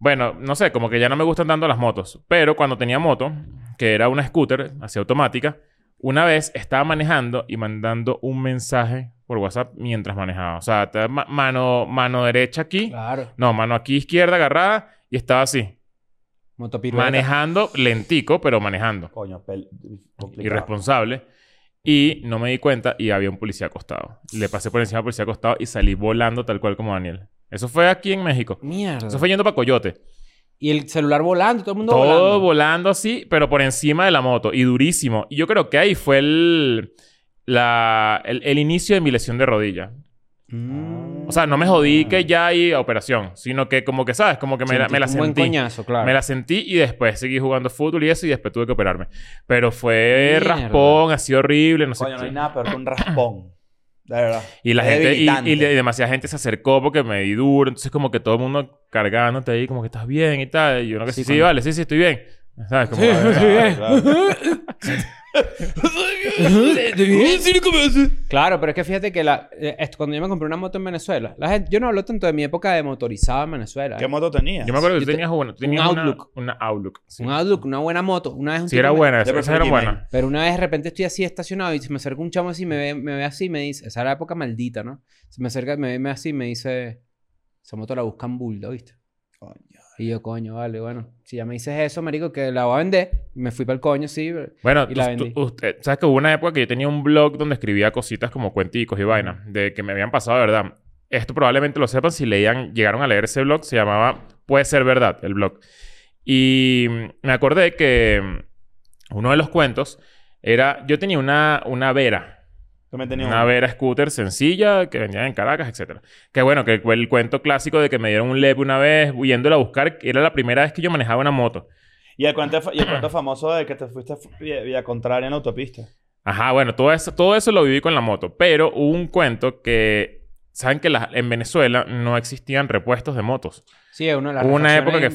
Speaker 3: Bueno, no sé, como que ya no me gustan tanto las motos. Pero cuando tenía moto, que era una scooter, así automática, una vez estaba manejando y mandando un mensaje por WhatsApp mientras manejaba. O sea, te- ma- mano, mano derecha aquí.
Speaker 1: Claro.
Speaker 3: No, mano aquí izquierda agarrada y estaba así.
Speaker 1: Motopirueta.
Speaker 3: Manejando lentico, pero manejando.
Speaker 2: Coño, pel... complicado.
Speaker 3: Irresponsable. Y no me di cuenta y había un policía acostado. Le pasé por encima al policía acostado y salí volando tal cual como Daniel. Eso fue aquí en México.
Speaker 1: Mierda.
Speaker 3: Eso fue yendo para Coyote.
Speaker 1: Y el celular volando, todo el mundo
Speaker 3: Todo volando.
Speaker 1: volando.
Speaker 3: así, pero por encima de la moto. Y durísimo. Y yo creo que ahí fue el, la- el, el inicio de mi lesión de rodilla.
Speaker 1: Mm.
Speaker 3: O sea, no me jodí que ya hay operación. Sino que como que, ¿sabes? Como que me, la, me la
Speaker 1: Sentiste Un
Speaker 3: sentí.
Speaker 1: buen coñazo, claro.
Speaker 3: Me la sentí y después seguí jugando fútbol y eso y después tuve que operarme. Pero fue
Speaker 1: Mierda.
Speaker 3: raspón, así horrible, no sé
Speaker 2: Coño, no hay
Speaker 3: qué.
Speaker 2: nada peor que un raspón. De verdad.
Speaker 3: Y la
Speaker 2: Es
Speaker 3: gente, y,
Speaker 2: debilitante.
Speaker 3: y de- y demasiada gente se acercó porque me di duro. Entonces como que todo el mundo cargándote ahí, como que estás bien y tal. Y uno que
Speaker 1: Sí,
Speaker 3: sí, sí,
Speaker 1: coño.
Speaker 3: vale, sí, sí, estoy bien. ¿Sabes? Como,
Speaker 1: Sí,
Speaker 3: a ver,
Speaker 1: sí,
Speaker 3: a ver.
Speaker 1: bien.
Speaker 2: Claro, claro.
Speaker 1: Claro, pero es que fíjate que la, eh, esto- cuando yo me compré una moto en Venezuela, la gente, yo no hablo tanto de mi época de motorizada en Venezuela.
Speaker 2: ¿Qué
Speaker 1: ¿eh?
Speaker 2: moto tenías?
Speaker 3: Yo me acuerdo que
Speaker 1: Yo
Speaker 3: tú
Speaker 1: te-
Speaker 3: tenías una. Tú tenías
Speaker 1: un
Speaker 3: una-
Speaker 1: Outlook.
Speaker 3: Una Outlook. Sí,
Speaker 1: Un Outlook, una buena moto. Una vez un
Speaker 3: Sí,
Speaker 1: tipo
Speaker 3: era
Speaker 1: me-
Speaker 3: buena.
Speaker 2: Yo
Speaker 3: Esas
Speaker 2: prefiero
Speaker 3: eran
Speaker 2: Gmail.
Speaker 3: buenas.
Speaker 1: Pero una vez de repente estoy así estacionado y se me acerca un chamo así, me ve, me ve así y me dice, esa era la época maldita, ¿no? Se me acerca, me ve me ve así y me dice, esa moto la buscan bulda, ¿viste?
Speaker 2: Coño.
Speaker 1: Y yo, coño, vale, bueno, si ya me dices eso, marico, que la voy a vender. Y me fui para el coño, sí. pero-
Speaker 3: Bueno,
Speaker 1: Y la
Speaker 3: tú- tú-
Speaker 1: vendí.
Speaker 3: usted- sabes que hubo una época que yo tenía un blog donde escribía cositas como cuenticos y vainas de que me habían pasado de verdad. Esto probablemente lo sepan si leían, llegaron a leer ese blog, se llamaba Puede ser verdad, el blog. Y mm, me acordé que mm, uno de los cuentos era, yo tenía una, una vera,
Speaker 2: También tenía
Speaker 3: una Vera scooter sencilla que vendían en Caracas, etcétera. Que bueno, que fue el cuento clásico de que me dieron un lep una vez yéndola a buscar. que Era la primera vez que yo manejaba una moto.
Speaker 2: ¿Y el, cuento, fa- y el cuento famoso de que te fuiste fu- vía, vía contraria en la autopista.
Speaker 3: Ajá, bueno, todo eso, todo eso lo viví con la moto. Pero hubo un cuento que... Saben que las- en Venezuela no existían repuestos de motos.
Speaker 1: Sí, es una de las
Speaker 3: Hubo una época
Speaker 1: reflexiones-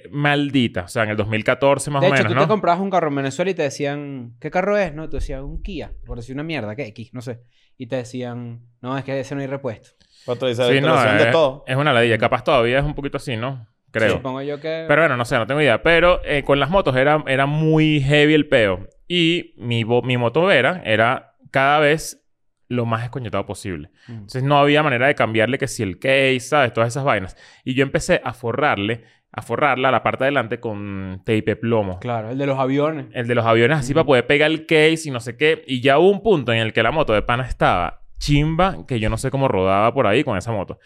Speaker 3: que fue maldita. O sea, en el 2014 más
Speaker 1: De
Speaker 3: o
Speaker 1: hecho,
Speaker 3: menos,
Speaker 1: tú
Speaker 3: ¿no?
Speaker 1: te comprabas un carro en Venezuela y te decían, ¿qué carro es? No, te decían un Kia, por decir una mierda, ¿qué X? No sé. Y te decían, no, es que ese no hay repuesto.
Speaker 2: Cuatro dice,
Speaker 3: Sí, no, eh.
Speaker 2: "Alteración de
Speaker 3: es,
Speaker 2: todo.
Speaker 3: es una
Speaker 1: Mm.
Speaker 3: ladilla. Capaz todavía es un poquito así, ¿no? Creo.
Speaker 1: Supongo yo que...
Speaker 3: Pero bueno, no sé, no tengo idea. Pero eh, con las motos era, era muy heavy el peo. Y mi, bo- mi moto Vera era cada vez lo más escoñetado posible.
Speaker 1: Mm.
Speaker 3: Entonces no había manera de cambiarle que si el case, ¿sabes? Todas esas vainas. Y yo empecé a forrarle, a forrarla a la parte de adelante con tape de plomo.
Speaker 1: Claro, el de los aviones.
Speaker 3: El de los aviones así
Speaker 1: Mm.
Speaker 3: para poder pegar el case y no sé qué. Y ya hubo un punto en el que la moto de pana estaba chimba, que yo no sé cómo rodaba por ahí con esa moto.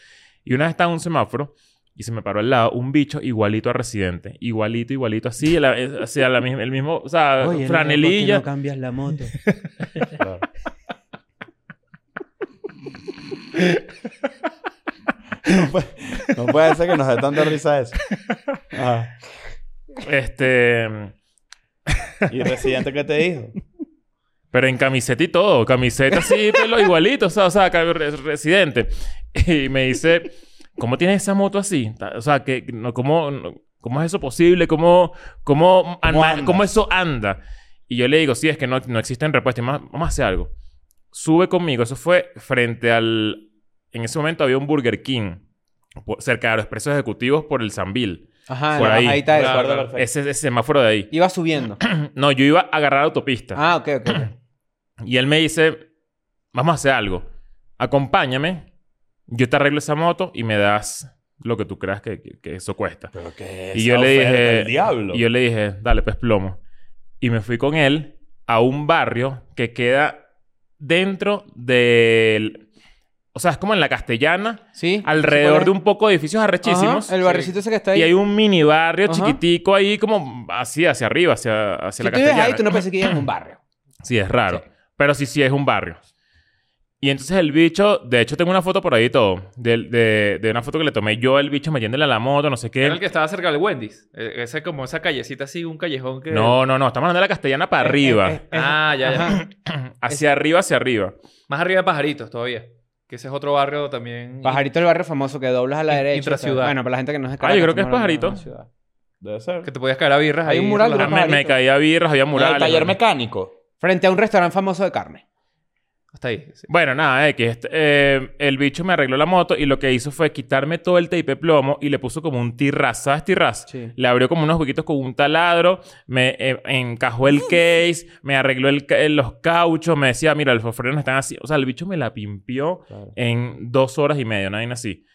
Speaker 3: Y una vez estaba en un semáforo y se me paró al lado un bicho igualito a Residente. Igualito, igualito, así, la, es- así, a la misma- el mismo, o sea,
Speaker 1: Oye, loco, ¿por qué
Speaker 3: franelilla.
Speaker 1: no cambias la moto.
Speaker 2: No puede, no puede ser que nos dé tanta risa eso. Ajá.
Speaker 3: Este...
Speaker 2: ¿Y Residente qué te dijo?
Speaker 3: Pero en camiseta y todo. Camiseta así, pelo igualito. O sea, o sea, acá re- residente. Y me dice, ¿cómo tienes esa moto así? Ta- O sea, que, no, ¿cómo, no- ¿cómo es eso posible? ¿Cómo, cómo, anda-
Speaker 2: anda?
Speaker 3: cómo eso anda? Y yo le digo, sí, es que no, no existen repuestos. Y más- Vamos a hacer algo. Sube conmigo. Eso fue frente al... En ese momento había un Burger King. por- cerca de los presos ejecutivos por el Zambil.
Speaker 1: Ajá,
Speaker 3: Por
Speaker 1: la
Speaker 3: ahí.
Speaker 1: bajadita esa.
Speaker 2: Recuerdo
Speaker 4: claro.
Speaker 2: perfecto.
Speaker 3: Ese, ese semáforo de ahí.
Speaker 1: Iba subiendo.
Speaker 3: No, yo iba a agarrar autopista.
Speaker 1: Ah, ok, ok. ok.
Speaker 3: Y él me dice, vamos a hacer algo. Acompáñame, yo te arreglo esa moto y me das lo que tú creas que, que- que eso cuesta.
Speaker 2: Pero que
Speaker 3: Y yo le dije,
Speaker 2: El diablo.
Speaker 3: y yo le dije, dale, pues plomo. Y me fui con él a un barrio que queda dentro del... O sea, es como en la castellana,
Speaker 1: Sí.
Speaker 3: alrededor de un poco de edificios arrechísimos.
Speaker 1: Ajá, el barrecito ese que está ahí.
Speaker 3: Y hay un mini barrio
Speaker 1: Ajá.
Speaker 3: chiquitico ahí como así, hacia arriba, hacia,
Speaker 1: si tú
Speaker 3: hacia la
Speaker 1: vives
Speaker 3: castellana.
Speaker 1: ahí, tú no pensás que ibas en un barrio.
Speaker 3: Sí, es raro. Pero sí, sí es un barrio. Y entonces el bicho, de hecho tengo una foto por ahí y todo, de, de- de una foto que le tomé yo, el bicho metiéndole a la moto, no sé qué.
Speaker 4: Era el que estaba cerca del Wendy's. Eh, Ese, como esa callecita así, un callejón que...
Speaker 3: No, no, no, estamos hablando de la castellana para arriba,
Speaker 1: Eh, eh, eh,
Speaker 4: Ah, ya, ya.
Speaker 1: ajá.
Speaker 3: hacia arriba, hacia arriba.
Speaker 4: Más arriba de Pajaritos todavía. Que ese es otro barrio también.
Speaker 1: Pajarito el barrio famoso que doblas a la
Speaker 4: In-
Speaker 1: derecha.
Speaker 4: intraciudad.
Speaker 1: o sea, Bueno, para la gente que no es de
Speaker 3: Ah, yo
Speaker 1: Caracas,
Speaker 3: creo que es
Speaker 1: estamos hablando de
Speaker 3: Pajarito.
Speaker 1: una ciudad.
Speaker 2: Debe ser.
Speaker 4: Que te podías caer a birras
Speaker 1: Hay
Speaker 4: ahí.
Speaker 1: un mural de
Speaker 3: Ah,
Speaker 4: relajado.
Speaker 3: Me, me caía birras, había murales. bueno.
Speaker 2: mecánico.
Speaker 1: Frente a un restaurante famoso de carne.
Speaker 4: Hasta ahí. sí.
Speaker 3: Bueno, nada, X. este, eh, el bicho me arregló la moto y lo que hizo fue quitarme todo el tape de plomo y le puso como un tirraz. ¿Sabes tirraz?
Speaker 1: Sí.
Speaker 3: Le abrió como unos huequitos con un taladro, me eh, encajó el case, me arregló el ca- eh, los cauchos, me decía, mira, los frenos están así. O sea, el bicho me la pimpió en dos horas y media, una vaina así.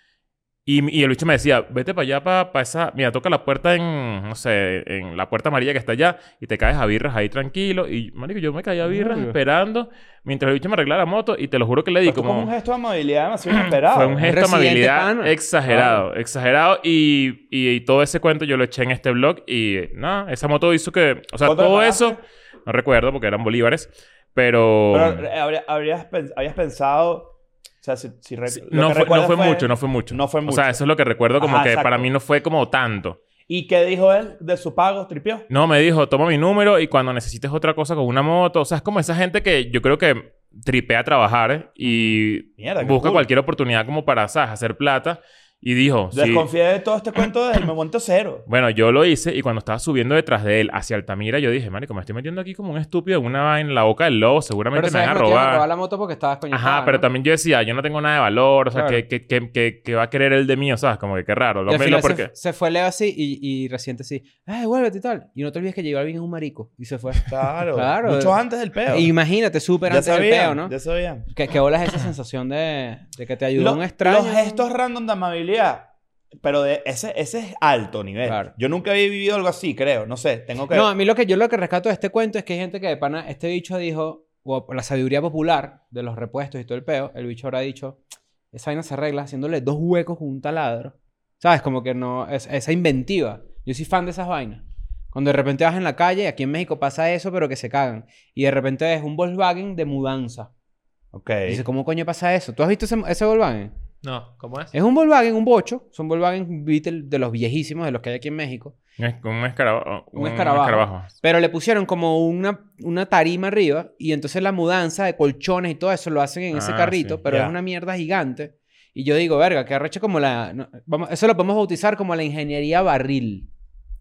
Speaker 3: Y, y el bicho me decía, vete para allá, para esa... Mira, toca la puerta en, no sé, en la puerta amarilla que está allá y te caes a birras ahí tranquilo. Y, marico, yo me caí a birras
Speaker 1: Verga.
Speaker 3: esperando mientras el bicho me arreglaba la moto y te lo juro que le di
Speaker 2: Pero tú como
Speaker 3: como...
Speaker 2: un gesto de amabilidad demasiado inesperado.
Speaker 3: Fue un gesto de
Speaker 1: residente
Speaker 3: amabilidad
Speaker 1: pana.
Speaker 3: exagerado, exagerado. Y, y, y todo ese cuento yo lo eché en este blog y eh, nada, esa moto hizo que... O sea,
Speaker 2: ¿Cuánto le
Speaker 3: todo
Speaker 2: pagaste?
Speaker 3: eso, no recuerdo porque eran bolívares, pero...
Speaker 2: Pero eh, habría- habrías, pens- habías pensado... O sea, si, si re-
Speaker 3: sí,
Speaker 2: lo
Speaker 3: no,
Speaker 2: que
Speaker 3: fue, no
Speaker 2: recuerdas
Speaker 3: fue mucho, no fue mucho.
Speaker 2: no fue
Speaker 3: O
Speaker 2: mucho.
Speaker 3: sea, eso es lo que recuerdo como
Speaker 2: Ajá,
Speaker 3: que
Speaker 2: exacto.
Speaker 3: para mí no fue como tanto.
Speaker 2: ¿Y qué dijo él de su pago? ¿Tripió?
Speaker 3: No, me dijo, toma mi número y cuando necesites otra cosa con una moto. O sea, es como esa gente que yo creo que tripea a trabajar y
Speaker 2: Mierda, qué
Speaker 3: busca
Speaker 2: cool.
Speaker 3: cualquier oportunidad como para, ¿sabes? Hacer plata. Y dijo, sí.
Speaker 2: Desconfié de todo este cuento desde el momento cero.
Speaker 3: Bueno, yo lo hice y cuando estaba subiendo detrás de él hacia Altamira, yo dije, marico, me estoy metiendo aquí como un estúpido en una vaina en la boca del lobo, seguramente
Speaker 1: Pero
Speaker 3: me
Speaker 1: sabes
Speaker 3: van a
Speaker 1: que no te iban a
Speaker 3: robar.
Speaker 1: robar la moto porque estabas coño.
Speaker 3: Ajá, pero también yo decía, yo no tengo nada de valor, o sea,
Speaker 1: Claro.
Speaker 3: que ¿qué, qué- qué- qué va a querer él de mí? O sea, como que qué raro. Lo,
Speaker 1: Y al
Speaker 3: lo-
Speaker 1: final
Speaker 3: porque...
Speaker 1: se, se fue Leo así y, y reciente así. Ay, vuélvete y tal. Y no te olvides que llegó alguien es un marico. Y se fue.
Speaker 2: Claro.
Speaker 1: Claro.
Speaker 2: Mucho antes del peo.
Speaker 1: E imagínate, súper
Speaker 2: ya
Speaker 1: antes del
Speaker 2: sabían,
Speaker 1: peo, ¿no?
Speaker 2: ya sabían.
Speaker 1: Que, que bolas esa sensación de, de que te ayudó
Speaker 2: Lo-
Speaker 1: un extraño.
Speaker 2: Los gestos random de amabilidad. Pero de ese, ese es alto nivel.
Speaker 1: Claro.
Speaker 2: Yo nunca había vivido algo así, creo. No sé, tengo que...
Speaker 1: No, a mí lo que yo lo que rescato de este cuento es que hay gente que de pana, este bicho dijo, o la sabiduría popular de los repuestos y todo el peo, el bicho habrá dicho, esa vaina se arregla haciéndole dos huecos con un taladro. ¿Sabes? Como que no, es- esa inventiva. Yo soy fan de esas vainas. Cuando de repente vas en la calle, aquí en México pasa eso, pero que se cagan. Y de repente es un Volkswagen de mudanza.
Speaker 2: Ok.
Speaker 1: Dice, ¿cómo coño pasa eso? ¿Tú has visto ese, ese Volkswagen?
Speaker 4: No, ¿cómo es?
Speaker 1: Es un Volkswagen, un bocho. Son Volkswagen Beetle de los viejísimos, de los que hay aquí en México.
Speaker 3: Un, es- un escarabajo.
Speaker 1: Un escarabajo. Pero le pusieron como una, una tarima arriba y entonces la mudanza de colchones y todo eso lo hacen en ese
Speaker 3: Ah,
Speaker 1: carrito,
Speaker 3: sí,
Speaker 1: pero
Speaker 2: ya.
Speaker 1: es una mierda gigante. Y yo digo, verga, que arrecha como la... no, vamos, eso lo podemos bautizar como la ingeniería barril.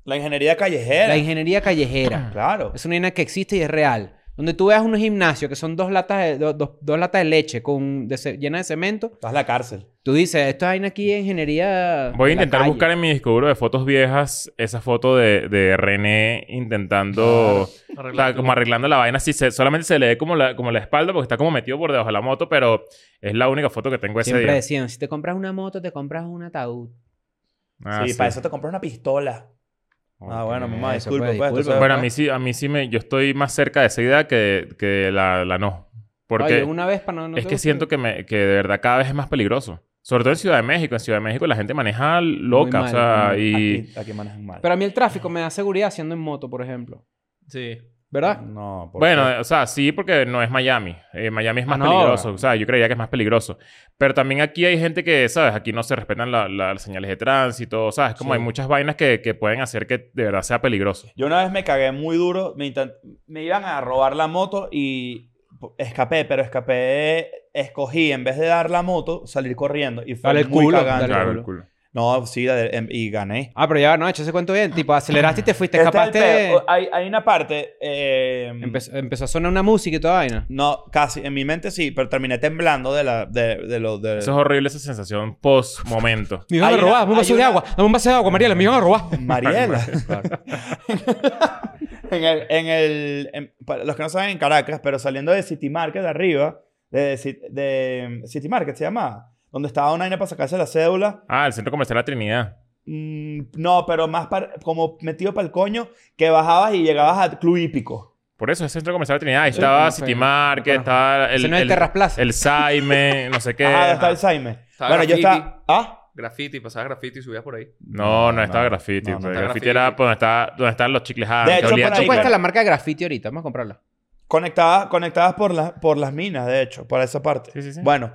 Speaker 2: La ingeniería callejera.
Speaker 1: La ingeniería callejera.
Speaker 2: Claro.
Speaker 1: Es una vaina que existe y es real. Donde tú veas unos gimnasios que son dos latas de, do- dos, dos latas de leche con, de ce- llena de cemento,
Speaker 2: Estás en la cárcel.
Speaker 1: tú dices, esto es vaina aquí de ingeniería...
Speaker 3: Voy a
Speaker 1: de la
Speaker 3: intentar
Speaker 1: calle".
Speaker 3: buscar en mi disco duro de fotos viejas esa foto de, de René intentando... o sea,
Speaker 4: Arreglar
Speaker 3: como arreglando la vaina. Sí, se- solamente se le ve como la, como la espalda porque está como metido por debajo de la moto, pero es la única foto que tengo ese
Speaker 1: Siempre
Speaker 3: día.
Speaker 1: decían, si te compras una moto, te compras un ataúd.
Speaker 3: Ah,
Speaker 2: sí, para eso te compras una pistola. Ah, bueno, mamá,
Speaker 1: eso,
Speaker 2: disculpa.
Speaker 1: pues, disculpa.
Speaker 2: pues, entonces-
Speaker 3: Bueno, a mí sí, a mí sí me... Yo estoy más cerca de esa idea que, que la, la no. Porque...
Speaker 1: Oye, una vez para no... no
Speaker 3: es
Speaker 1: te
Speaker 3: que
Speaker 1: gusta.
Speaker 3: siento que, me, que de verdad cada vez es más peligroso. Sobre todo en Ciudad de México. En Ciudad de México la gente maneja loca.
Speaker 1: mal,
Speaker 3: o sea,
Speaker 1: muy mal.
Speaker 3: Ah, y...
Speaker 2: Aquí, aquí manejan mal.
Speaker 1: Pero a mí el tráfico me da seguridad siendo en moto, por ejemplo.
Speaker 4: Sí.
Speaker 1: ¿Verdad?
Speaker 2: No, ¿por
Speaker 3: Bueno,
Speaker 2: qué?
Speaker 3: o sea, sí, porque no es Miami. Eh, Miami es más
Speaker 1: Ah, no.
Speaker 3: peligroso. O sea, yo creía que es más peligroso. Pero también aquí hay gente que, ¿sabes? Aquí no se respetan la- la- las señales de tránsito. ¿Sabes? Como
Speaker 2: Sí.
Speaker 3: hay muchas vainas que, que pueden hacer que de verdad sea peligroso.
Speaker 2: Yo una vez me cagué muy duro. Me, intent- me iban a robar la moto y po- escapé, pero escapé... Escogí, en vez de dar la moto, salir corriendo. Y fue
Speaker 1: Dale el
Speaker 2: muy
Speaker 1: culo,
Speaker 2: cagante.
Speaker 1: dale el
Speaker 3: Claro,
Speaker 1: culo.
Speaker 3: el culo.
Speaker 2: No, sí, la de- em- y gané.
Speaker 1: Ah, pero ya no, hecho ese cuento bien. Tipo, aceleraste y te fuiste,
Speaker 2: Este es el
Speaker 1: escapaste.
Speaker 2: peor. O- Hay, hay una parte. eh,
Speaker 1: Empezó, empezó a sonar una música y toda vaina.
Speaker 2: No, casi. En mi mente sí, pero terminé temblando de, la, de, de lo. De...
Speaker 3: Eso es horrible, esa sensación post-momento.
Speaker 1: Me iban
Speaker 2: Hay
Speaker 1: a robar,
Speaker 2: una-
Speaker 1: dame un
Speaker 2: hay
Speaker 1: vaso de
Speaker 2: una-
Speaker 1: agua, dame un vaso de agua, Mariela, me iban a robar.
Speaker 2: Mariela.
Speaker 1: Claro.
Speaker 2: en el. En el en- para los que no saben, en Caracas, pero saliendo de City Market de arriba, de, Ci- de mm, City Market se llamaba, donde estaba una vaina para sacarse la cédula.
Speaker 3: Ah, el Centro Comercial La Trinidad.
Speaker 2: mm, no, pero más para- como metido para el coño, que bajabas y llegabas al Club Hípico.
Speaker 3: Por eso es Centro Comercial La Trinidad. Ahí
Speaker 1: Sí,
Speaker 3: estaba
Speaker 1: no sé,
Speaker 3: City
Speaker 1: no
Speaker 3: Market,
Speaker 1: conozco.
Speaker 3: estaba el,
Speaker 1: Ese no es
Speaker 3: el,
Speaker 1: Terras Plaza.
Speaker 3: el Saime, no sé qué.
Speaker 2: Ah, está el Saime.
Speaker 4: Estaba
Speaker 2: Bueno, yo
Speaker 4: graffiti.
Speaker 2: estaba. ¿Ah?
Speaker 4: Graffiti, pasaba graffiti y subías por ahí.
Speaker 3: No, no estaba
Speaker 2: No,
Speaker 3: graffiti.
Speaker 2: no, no
Speaker 3: pero
Speaker 4: estaba
Speaker 3: graffiti,
Speaker 4: graffiti.
Speaker 3: era por donde, estaba, donde estaban los chicles ah,
Speaker 2: De
Speaker 3: que
Speaker 2: hecho,
Speaker 3: olían
Speaker 2: por
Speaker 1: Tú
Speaker 2: ahí,
Speaker 3: chicle.
Speaker 1: cuesta pues, la marca de graffiti ahorita, vamos a comprarla.
Speaker 2: Conectadas, conectadas por, las por las minas, de hecho, por esa parte.
Speaker 3: Sí, sí, sí.
Speaker 2: Bueno,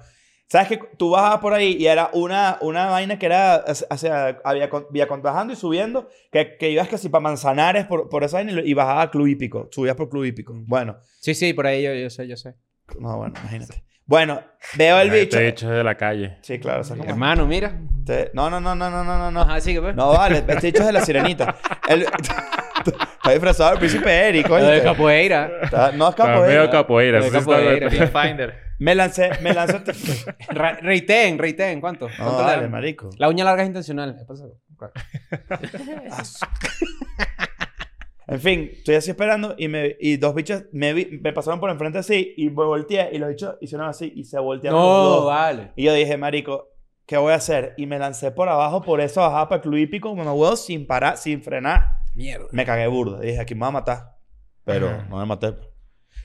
Speaker 2: sabes que tú bajabas por ahí y era una, una vaina que era hacia, había con- vía contrabajando y subiendo, que, que ibas casi para Manzanares por, por esa vaina y, lo- y bajabas a Club Hípico, subías por Club Hípico. Bueno,
Speaker 1: Sí, sí, por ahí yo, yo sé, yo sé.
Speaker 2: no, bueno, imagínate. Bueno, veo el
Speaker 3: Este
Speaker 2: bicho.
Speaker 3: bicho es de la calle.
Speaker 2: Sí, claro, ¿sabes cómo es?
Speaker 1: Hermano, mira.
Speaker 2: Te- No, no, no, no, no, no, no.
Speaker 1: Ajá, sí que pues.
Speaker 2: No vale, este bicho es de la sirenita. El- Está disfrazado del príncipe Eric,
Speaker 1: Lo de
Speaker 2: oye.
Speaker 1: capoeira.
Speaker 2: No es
Speaker 3: Está medio
Speaker 2: capoeira.
Speaker 3: capoeira.
Speaker 1: Medio
Speaker 3: sí, sí está-
Speaker 1: capoeira.
Speaker 4: Pathfinder.
Speaker 2: Me lancé, me lancé.
Speaker 1: Ra- Reiten, reiten, ¿cuánto?
Speaker 2: No
Speaker 1: ¿Cuánto le
Speaker 2: vale,
Speaker 1: dan?
Speaker 2: marico.
Speaker 1: La uña larga es intencional. es por eso.
Speaker 2: En fin, estoy así esperando y, me, y dos bichos me, vi- me pasaron por enfrente así y me volteé y los bichos hicieron así y se voltearon los
Speaker 1: No,
Speaker 2: dos.
Speaker 1: vale.
Speaker 2: Y yo dije, marico, ¿qué voy a hacer? Y me lancé por abajo, por eso bajaba para el club hípico, me huevo sin parar, sin frenar.
Speaker 1: Mierda.
Speaker 2: Me cagué burda. Dije, aquí me va a matar. Pero
Speaker 3: Ajá.
Speaker 2: no me maté.